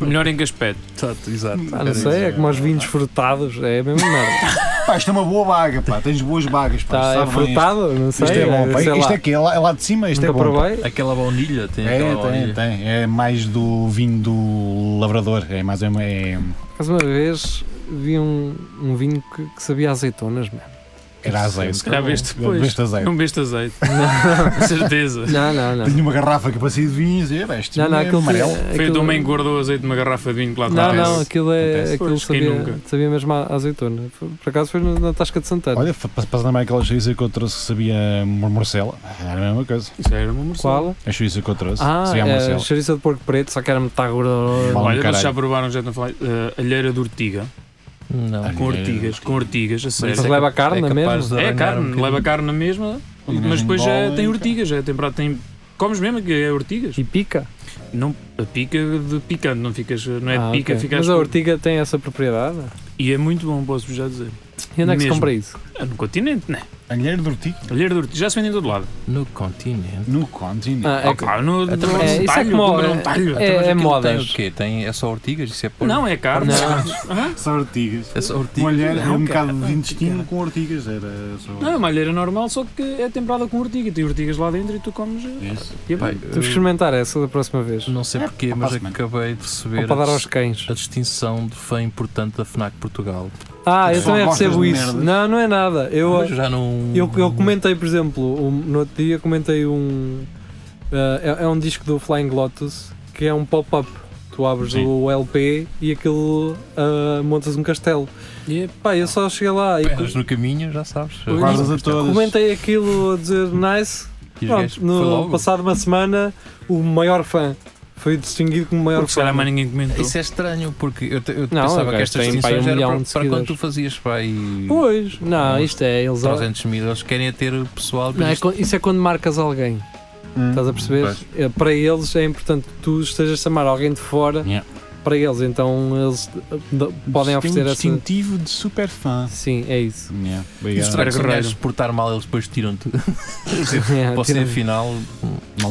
S4: Melhor em que aspecto?
S5: Exato, exato.
S2: Ah, não sei, é como aos vinhos frutados, é a mesma merda.
S3: Pá, isto é uma boa vaga, pá. Tens boas vagas, pá.
S2: Está é
S3: sabe bem
S2: frutado, não sei. eh,
S3: Isto, isto é bom, pá.
S2: sei
S3: Isto
S2: lá.
S3: é que é lá, é lá de cima, isto
S2: Nunca
S3: é bom. pá.
S2: provei.
S5: Aquela baunilha tem
S3: É,
S5: aquela
S3: tem,
S5: baunilha.
S3: tem. É mais do vinho do lavrador. É mais uma. É,
S2: Mais uma vez vi um, um vinho que, que sabia a azeitonas,
S3: *laughs*
S2: mano.
S3: era é azeite.
S4: Se
S2: Tá
S4: calhar veste depois.
S3: Veste azeite.
S4: Não veste azeite. Com certeza.
S2: Não, não, não.
S3: Tinha uma garrafa que passei de vinhos e é, este
S2: Não, não,
S3: é
S2: aquilo
S3: amarelo.
S2: tinha-
S4: Foi o
S2: aquilo-
S4: Dom engordou o azeite de uma garrafa de vinho que lá
S2: Não,
S4: atrás.
S2: não, aquilo é.
S3: Acontece.
S2: Aquilo
S4: Pois, quem
S2: sabia,
S4: nunca?
S2: sabia mesmo a azeitona. Foi- Por acaso foi na, na Tasca de Santana.
S3: Olha, fa- passando mais aquela chouriça que eu trouxe que sabia mor- morcela, era a mesma coisa.
S4: Isso era uma morcela.
S2: Qual?
S3: A chouriça que eu trouxe
S2: Ah,
S3: sabia a
S2: é,
S3: morcela.
S2: chouriça de porco preto, só que era metade
S3: Mal.
S2: gorda.
S4: Olha,
S3: caralho.
S4: vocês já provaram, já estão a falar. eh, alheira de ortiga.
S5: Não. é
S3: Ah,
S4: Com
S3: Alheira de
S4: ortigas, com ortigas, a
S2: Mas
S4: sério.
S2: leva a carne
S5: capaz
S2: mesmo?
S5: de
S4: É
S5: arranhar um
S4: carne,
S5: bocadinho.
S4: leva carne na
S3: Um
S4: mesma,
S3: E
S4: mas
S3: nas
S4: depois já
S3: embola
S4: tem
S3: e-
S4: ortigas, já tem prato, tem. Comes mesmo que é ortigas?
S2: E pica?
S4: Não, a pica de picante, não ficas, não é
S2: Ah,
S4: de pica,
S2: ok.
S4: ficas
S2: Mas a
S4: com-
S2: ortiga tem essa propriedade?
S4: E é muito bom, posso-vos já dizer.
S2: E onde é que se
S4: Mesmo.
S2: compra isso?
S4: Ah, No continente, né?
S3: Alheiro de ortiga?
S4: Alheira de ortiga, já se vende em todo lado.
S5: No continente.
S3: No continente.
S2: Ah, é
S4: Ah,
S2: que-
S4: pá, no,
S5: Até
S4: no-
S5: mas-
S4: no
S5: é, isso
S2: é
S4: talho,
S2: como-
S4: compra um talho.
S2: É-
S5: Mas
S2: é
S5: aquilo Tem
S2: modas.
S5: o quê? Tem, é só ortigas? Isso é por...
S4: Não, é carne. Ah,
S3: Só ortigas.
S5: É só ortigas.
S2: Tipo,
S3: Um alheiro, é
S5: Não,
S3: um
S5: cara.
S3: bocado de intestino com ortigas. Era só.
S4: *laughs* Não, é uma alheira normal, só que é temperada com ortiga. Tem ortigas lá dentro e tu comes. eh,
S3: Isso.
S4: e é bom.
S5: Pai,
S2: Temos que experimentar essa da próxima vez.
S5: eu não sei porquê, mas
S3: próxima.
S5: acabei de
S2: Ou
S5: receber
S2: para
S5: a,
S2: dar aos
S5: dis-
S2: cães.
S5: a distinção de fã importante da FNAC Portugal.
S2: Ah, eu
S3: Só
S2: também
S3: gostas
S2: recebo
S3: de
S2: isso.
S3: merdas.
S2: Não, não é nada. Eu,
S5: Mas já não...
S2: eu, eu comentei, por exemplo, um- no outro dia comentei um. eh, é, é um disco do Flying Lotus que é um pop-up. Tu abres
S3: Sim.
S2: o LP e aquilo ah, montas um castelo.
S4: E é-
S2: Pá, eu só cheguei lá e
S5: Pedras no caminho, já sabes.
S2: Pois.
S3: Guardas a todas.
S2: comentei aquilo a dizer nice.
S5: E os
S2: Pronto,
S5: gajos- foi
S2: no
S5: logo.
S2: passado uma semana, o maior fã foi distinguido como o maior
S4: Porque se calhar
S2: fã.
S4: mais ninguém comentou.
S5: Isso é estranho, porque eu, te- eu
S2: Não,
S5: pensava que
S2: agora
S5: estas
S2: tem, pá, aí um
S5: distinções eram
S2: milhão
S5: para,
S2: de
S5: para quando
S2: seguidores.
S5: tu fazias pá, aí
S2: Pois, não, isto é, eles
S5: 300 mil, eles querem é ter o pessoal.
S2: Não, é
S5: isto-
S2: quan- isso é quando marcas alguém.
S3: Hum.
S2: Estás a perceber? É, Para eles é importante que tu estejas a chamar alguém de fora
S3: Yeah.
S2: para eles, então eles d- d- podem oferecer
S3: um
S2: essa.
S3: distintivo de super fã.
S2: Sim, é
S5: *laughs*
S2: isso.
S3: Yeah,
S5: E
S3: obrigado.
S5: será que né? se
S4: Guerreiro.
S5: gajos se portar mal, eles depois tiram-te.
S2: É,
S5: Você,
S2: tira-
S5: afinal,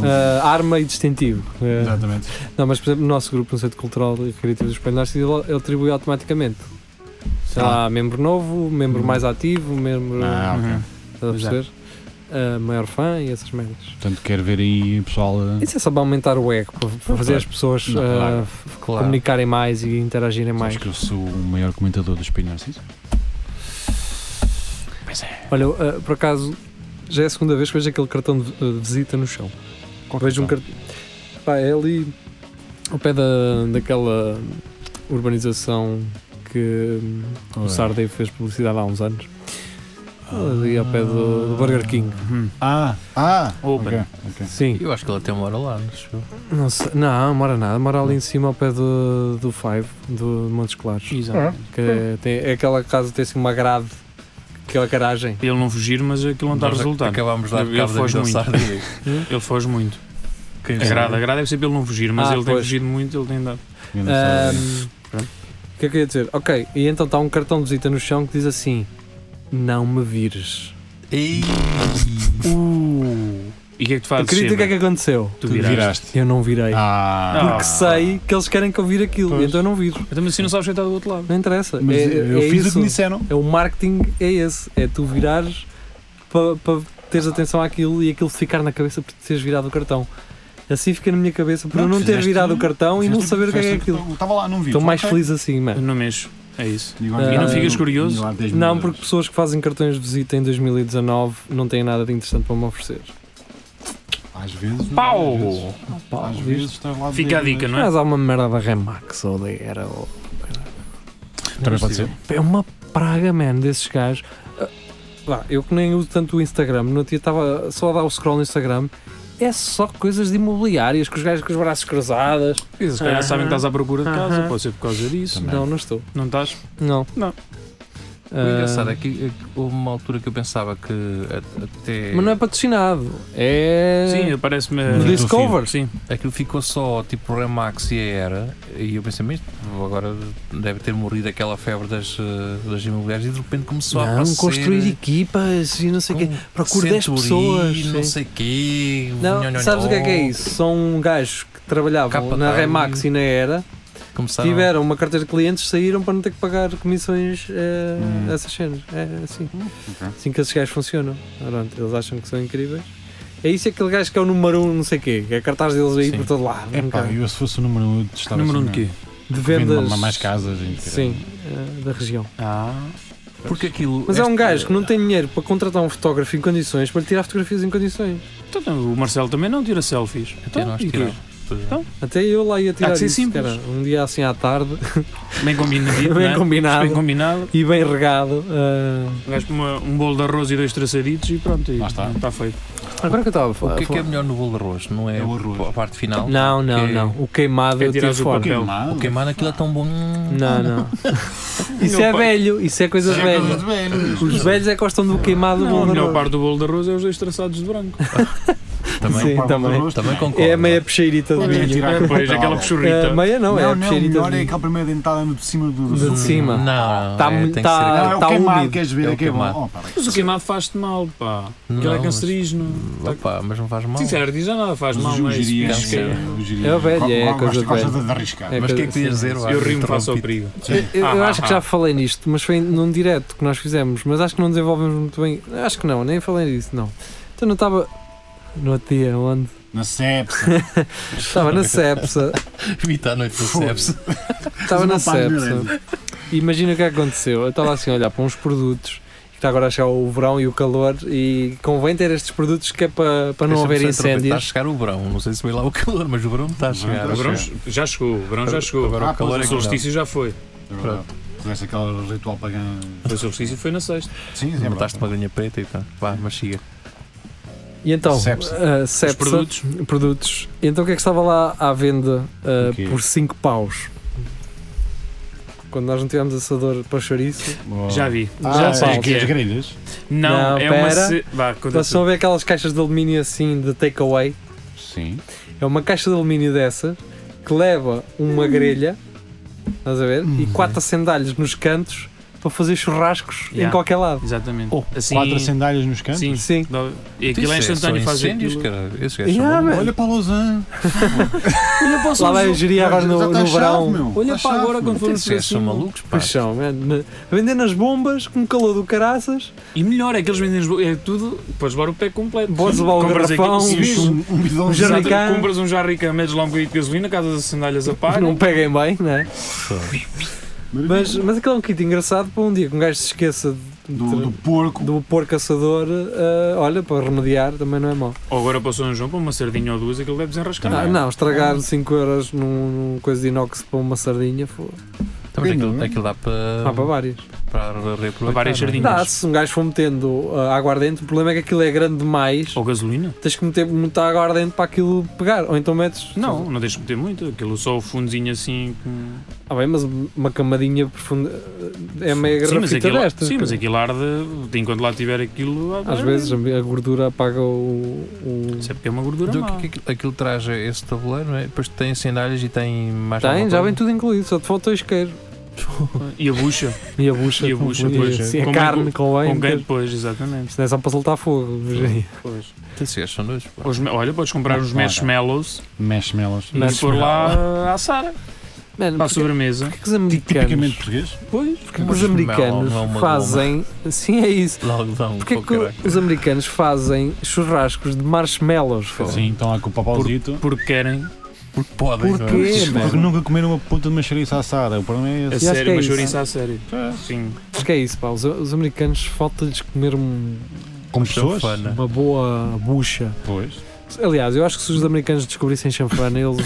S2: Ah, arma e distintivo. É.
S3: Exatamente.
S2: Não, mas por exemplo, no nosso grupo no Centro Cultural e Criativo do Espelho Narciso, ele ele atribui automaticamente. Sei
S5: Ah.
S2: lá, membro novo,
S5: Hum.
S2: membro mais ativo, membro.
S3: Ah, ok.
S2: Uhum. Estás a perceber? Ah, maior fã e essas merdas.
S3: Portanto, quero ver aí o pessoal. eh,
S2: Isso é só para aumentar o ego, para para fazer as pessoas
S3: Não,
S2: ah,
S3: claro.
S2: f-
S5: claro.
S2: comunicarem mais e interagirem mais.
S3: sabes que eu sou o maior comentador é do Espelho Narciso?
S2: Olha, eu, ah, por acaso, já é a segunda vez que vejo aquele cartão de de visita no chão. vejo um cartão. Pá, é ali ao pé da, daquela urbanização que hum,
S3: é?
S2: o Sardei fez publicidade há uns anos. Ali ao pé do, do Burger King.
S4: Hum.
S3: Ah, ah!
S2: é-
S4: Open.
S3: ok.
S2: Sim.
S5: eu acho que ele até mora lá. não sei.
S2: Não, sei- não, mora nada. Mora ali em cima ao pé do, do Five, do Montes Claros.
S4: Exato.
S2: Que é- tem, é aquela casa que tem assim uma grade, aquela garagem.
S4: Ele não fugir, mas aquilo não está a
S5: Nós
S4: resultar.
S5: Acabámos de dar
S4: Ele
S5: cabo da
S4: foge
S5: vida ao
S4: muito.
S5: *laughs* Sardi.
S4: Ele foge muito.
S5: Quem
S4: A
S5: sabe?
S4: grada, a grada deve ser para é ele não fugir, mas
S2: É. Ah,
S4: ele tem
S2: pois.
S4: fugido muito, ele tem dado.
S3: Grande Sardinha.
S2: Ahm, O que é que eu ia dizer? Ok, e então está um cartão de visita no chão que diz assim: Não me vires.
S5: Ei,
S4: Uh. E o que é que tu
S2: Eu
S4: fazes?
S2: queria dizer o que é que
S4: sempre?
S2: aconteceu.
S4: Tu
S3: Tu
S4: viraste.
S3: viraste.
S2: Eu não virei.
S3: Ah!
S2: Porque sei que eles querem que eu vire aquilo,
S3: Pois.
S2: então eu não viro.
S4: Então, mas assim não sabes quem está do outro lado.
S2: Não interessa.
S3: Mas
S2: é,
S3: eu
S2: é
S3: fiz o
S2: isso.
S3: que me disseram.
S2: É o marketing, é esse. É tu virares para teres atenção àquilo e aquilo ficar na cabeça por teres virado o cartão. Assim fica na minha cabeça por eu não ter
S3: fizeste-
S2: virado o cartão e não saber o que é, que é aquilo.
S3: Estava lá, não vi.
S2: Estou mais
S3: Ok.
S2: feliz assim, mano.
S4: Eu não mexo. É isso.
S3: E agora-
S2: E não
S3: Ah,
S4: ficas curioso?
S3: e lá tens
S2: Não,
S3: mil
S2: porque
S3: euros.
S2: pessoas que fazem cartões de visita em 2019 não têm nada de interessante para me oferecer.
S3: Às vezes. não,
S4: Pau!
S3: às vezes- é?
S2: Pá,
S3: Às
S2: viste?
S3: vezes estás lá.
S2: Ah,
S4: Fica a
S3: dizer,
S4: dica, não é?
S2: Mas há uma merda da Remax ou da Era. ou-
S3: Também pode ser.
S2: É uma praga, man, desses gajos. Ah, vá, eu que nem uso tanto o Instagram, no outro dia estava só a dar o scroll no Instagram. É só coisas de imobiliárias, com os gajos com os braços cruzados.
S4: E se calhar sabem que estás à procura de casa,
S2: Aham.
S4: pode ser por causa disso.
S3: Também.
S2: Não, não estou.
S4: Não estás?
S2: Não.
S4: Não.
S5: O engraçado
S2: Ah,
S5: é que é que houve uma altura que eu pensava que a- até
S2: Mas não é patrocinado. É.
S4: Sim, aparece-me. um
S2: no
S3: teu
S2: Discover.
S4: Sim.
S5: aquilo ficou só tipo Remax e a Era. E eu pensei, mas agora deve ter morrido aquela febre das, eh, das imobiliárias e de repente começou a
S2: Não,
S5: aparecer.
S2: construir equipas e não sei o quê. Procure 10 pessoas. sim.
S5: Não sei quê.
S2: Não,
S5: nhonhonhó.
S2: sabes o que é que é isso? São gajos que trabalhavam
S5: Capa
S2: na
S5: time.
S2: Remax e na Era,
S5: Começaram
S2: tiveram uma carteira de clientes, saíram para não ter que pagar comissões eh,
S3: Hum.
S2: essas cenas. É assim. Assim que esses gajos funcionam. Pronto, eles acham que são incríveis. É isso aquele gajo que é o número 1, um, não sei o quê, que é cartaz deles aí
S3: Sim.
S2: por todo lado.
S3: É
S2: nunca.
S3: pá, eu se fosse o número 1 um, estava
S4: Número 1 um
S2: é?
S3: assim,
S4: de quê?
S2: de
S3: Vendas...
S2: vendas.
S3: mais casas. e caralho.
S2: Sim, eh, da região.
S4: Ah.
S5: Porque aquilo.
S2: Mas é
S5: este-
S2: um gajo que não tem dinheiro para contratar um fotógrafo em condições para lhe tirar fotografias em condições.
S4: Então, não, o Marcelo também não tira selfies.
S5: Até nós
S4: e quê?
S5: tiramos.
S4: Então,
S2: Até eu lá ia tirar
S4: ser
S2: isso,
S4: simples.
S2: cara, um dia assim à tarde,
S4: Bem combinadito.
S2: *laughs* Bem
S4: não é?
S2: combinado.
S4: Bem combinado.
S2: e bem regado. ah,
S4: Um gajo com uma- um bolo de arroz e dois traçaditos e pronto. e
S3: Lá está.
S4: Está feito.
S2: Agora que eu estava a falar.
S5: O que é que é melhor no bolo de arroz? Não é,
S3: É o arroz.
S5: a parte final?
S2: Não, não,
S5: Que-
S2: não. O queimado
S4: É
S2: eu tiro
S4: tirar o
S2: fora.
S4: papel.
S3: Queimado.
S5: O queimar naquilo é tão bom. Ah,
S2: Não, não. Isso *laughs*
S4: Meu
S2: é
S4: pai.
S2: velho, isso é coisas
S3: É coisas
S2: velhas.
S3: de velhos.
S2: Os velhos é que gostam do queimado
S4: Não, a
S2: bom
S4: melhor parte do bolo de arroz é os dois traçados de branco.
S5: Também,
S2: Sim,
S3: Pá,
S2: também.
S3: arroz
S5: também concordo.
S2: É a meia peixeirita de
S3: Também é
S2: milho.
S3: tirar com
S4: Pois,
S3: papel.
S4: aquela
S2: É,
S4: pechorrita.
S2: meia não, é a
S3: Não, não, o
S2: peixeirita
S3: melhor
S2: de
S3: é
S2: milho.
S3: aquela primeira dentada no de cima do...
S2: De
S3: do-
S2: cima.
S5: Não, não.
S2: Tá
S5: é,
S2: mu-
S5: tem
S2: tá-
S5: que ser
S3: Não, é
S5: aquela-
S3: o
S2: Tá
S3: queimado,
S2: úmido.
S3: queres
S5: É
S3: ver?
S5: o
S3: É que é bom.
S5: queimado.
S3: Oh, pá,
S4: Mas o queimado faz-te mal, pá. Aquilo é
S5: Não,
S4: cancerígeno.
S5: mas- Opa, mas não faz mal.
S4: Sinceramente, já nada faz
S3: Mas
S4: mal,
S3: o
S4: mas
S3: geria-
S4: mas que-
S3: o geria-
S2: É o velho, é
S3: gosta-
S2: coisa de
S3: gosta
S2: velho.
S3: de arriscar.
S2: É
S5: Mas o que é que
S2: coisa-
S5: querias
S2: sim,
S5: dizer?
S2: sim.
S5: Vasco?
S4: eu rimo face ao
S5: Interrompi-te.
S4: perigo.
S2: Eu, eu acho que já falei nisto, mas foi num direto que nós fizemos, mas acho que não desenvolvemos muito bem. Acho que não, nem falei disso, não. Então não estava. No outro dia, onde?
S3: Na sepsa.
S2: Estava na Cepsa.
S5: Evita a noite do
S3: Foda-se.
S5: sepse.
S2: Estava na
S3: Não né? pago
S2: Cepsa.
S3: direito.
S2: Imagina o que aconteceu. Eu estava assim a olhar para uns produtos. que Está agora a chegar o verão e o calor, e convém ter estes produtos que é para, para não
S5: Deixa-me
S2: haver
S5: só interromper. tá? Está a
S2: incêndios.
S5: chegar o verão. Não sei se veio lá o calor, mas o verão está a chegar.
S4: O verão já chegou, o verão já chegou.
S5: Agora
S3: Ah,
S5: o calor é
S4: O
S5: que não.
S4: solstício já foi.
S3: É Fizeste aquele ritual pagão.
S4: O solstício foi na sexta.
S3: Sim, é verdade.
S5: Botaste uma galinha preta e pá, vá, mas siga.
S2: E então,
S3: Cepsa.
S2: ah, Cepsa,
S4: produtos.
S2: produtos. E então o que é que estava lá à venda ah,
S3: O quê?
S2: por 5 paus? Quando nós não tivemos assador para chouriço,
S3: Boa.
S4: Já vi.
S3: Ah,
S2: Já
S3: é
S2: sei
S3: que
S4: que é.
S3: As grelhas.
S4: Não,
S2: Não,
S4: é uma.
S2: pera.
S4: Se... Vá, conta
S2: estão a ver aquelas caixas de alumínio assim de takeaway?
S3: Sim.
S2: É uma caixa de alumínio dessa que leva uma grelha, estás a ver? E quatro acendalhos nos cantos para fazer churrascos em
S4: Yeah.
S2: qualquer lado.
S4: Exatamente.
S3: Oh,
S4: Assim-
S3: Quatro sandálias nos cantos.
S4: Sim.
S2: Sim.
S4: Dá- E aquilo é
S5: Isso
S4: instantâneo,
S5: só
S4: faz
S5: incêndios,
S4: aquilo.
S5: cara. Esses
S3: É
S5: gajos
S2: Yeah,
S5: são bons.
S2: man.
S3: Olha para o Lausanne.
S2: Lá vai a gerir agora
S3: Já
S2: no,
S3: está
S2: no
S3: chave,
S2: verão.
S3: meu.
S4: Olha
S3: Tá
S4: para
S3: chave,
S4: agora quando
S3: meu.
S4: formos
S5: Esses
S4: para
S5: gajos são
S4: cima.
S5: malucos, pá.
S2: Paixão, man. Na- Vendendo as bombas com calor do caraças.
S4: E melhor é que eles vendem as bo- é tudo, podes levar o pé completo.
S2: Podes levar o
S4: Compras
S2: garrafão,
S4: aquilo- sim,
S3: Enche
S4: sim.
S3: Um um bidão
S2: Um
S3: de
S2: jardim.
S4: Exato,
S2: jarricão.
S4: Compras um jarricão, medes lá um bocadinho de gasolina, casas as sandálias apagam.
S2: Não peguem bem, né? Mas, mas aquele é um kit engraçado para um dia que um gajo se esqueça de-
S3: do, do
S2: de-
S3: porco.
S2: do porco assador. eh, olha, para remediar também não é mau.
S4: Ou agora passou um João para uma sardinha ou duas, aquilo deve desenrascar.
S2: Ah,
S3: Também.
S2: não, estragar 5 euros num, num coisa de inox para uma sardinha, foi.
S5: Então, mas aquilo, aquilo dá
S4: Ah.
S2: Há para
S5: para,
S2: vários.
S5: para reaproveitar.
S4: Para várias
S5: não é?
S4: sardinhas.
S2: Dá, se um gajo for metendo ah, aguardente, o problema é que aquilo é grande demais,
S4: Ou gasolina?
S2: tens que meter muita aguardente para aquilo pegar, ou então metes.
S4: Não, não deixes de meter muito. Aquilo só o fundozinho assim. Com...
S2: Ah, bem, mas uma camadinha profunda é meia
S4: Sim, mas
S2: garrafita
S4: aquilo,
S2: desta.
S4: sim, mas aquilo é- arde. de Enquanto lá tiver aquilo.
S2: Às
S4: arde.
S2: vezes a gordura apaga o. o-
S4: Isso é porque é uma gordura.
S5: Então,
S4: má.
S5: o que é que aquilo- aquilo traz esse tabuleiro, não é? Depois tem sandálias e tem mais
S2: Tem,
S5: alguma
S2: já
S5: coisa?
S2: vem tudo incluído, só te falta o isqueiro.
S4: E a bucha.
S2: E a bucha.
S4: E a bucha,
S2: e,
S4: pois. é.
S2: sim, a
S4: Com
S2: carne
S4: bem-
S2: convém.
S4: Com quem
S2: meter.
S4: depois, exatamente.
S2: Isto não é só para soltar fogo.
S4: Pois.
S5: Esses gajos são dois, pá.
S4: Os me- olha, podes comprar uns
S3: Nada.
S4: marshmallows
S3: Marshmallows.
S2: é
S4: e pôr lá a assar.
S2: Mano,
S4: Para a
S2: porquê,
S4: sobremesa.
S2: porquê que os americanos,
S3: Tipicamente português.
S4: Pois.
S2: porquê que os americanos
S5: Não é uma
S2: fazem. Sim, é isso.
S5: De algodão,
S2: Porquê
S4: Oh,
S5: pô,
S2: que
S5: caraca.
S2: os americanos fazem churrascos de marshmallows? pô?
S3: Sim, então há com o papauzito.
S4: Porque querem.
S5: Porque podem, não é?
S2: Porquê,
S5: Esses
S2: mano?
S5: gajos-
S3: Porque nunca comeram uma ponta de uma chouriça assada. O problema é esse.
S4: A
S2: acho que é
S4: sério, uma
S2: isso.
S4: chouriça a sério. Sim.
S2: Acho que é isso, pá. Os, os americanos falta-lhes comer um-
S3: Como
S5: São
S3: pessoas?
S5: fana.
S2: uma boa bucha.
S3: Pois.
S2: Aliás, eu acho que se os americanos descobrissem chanfana, eles,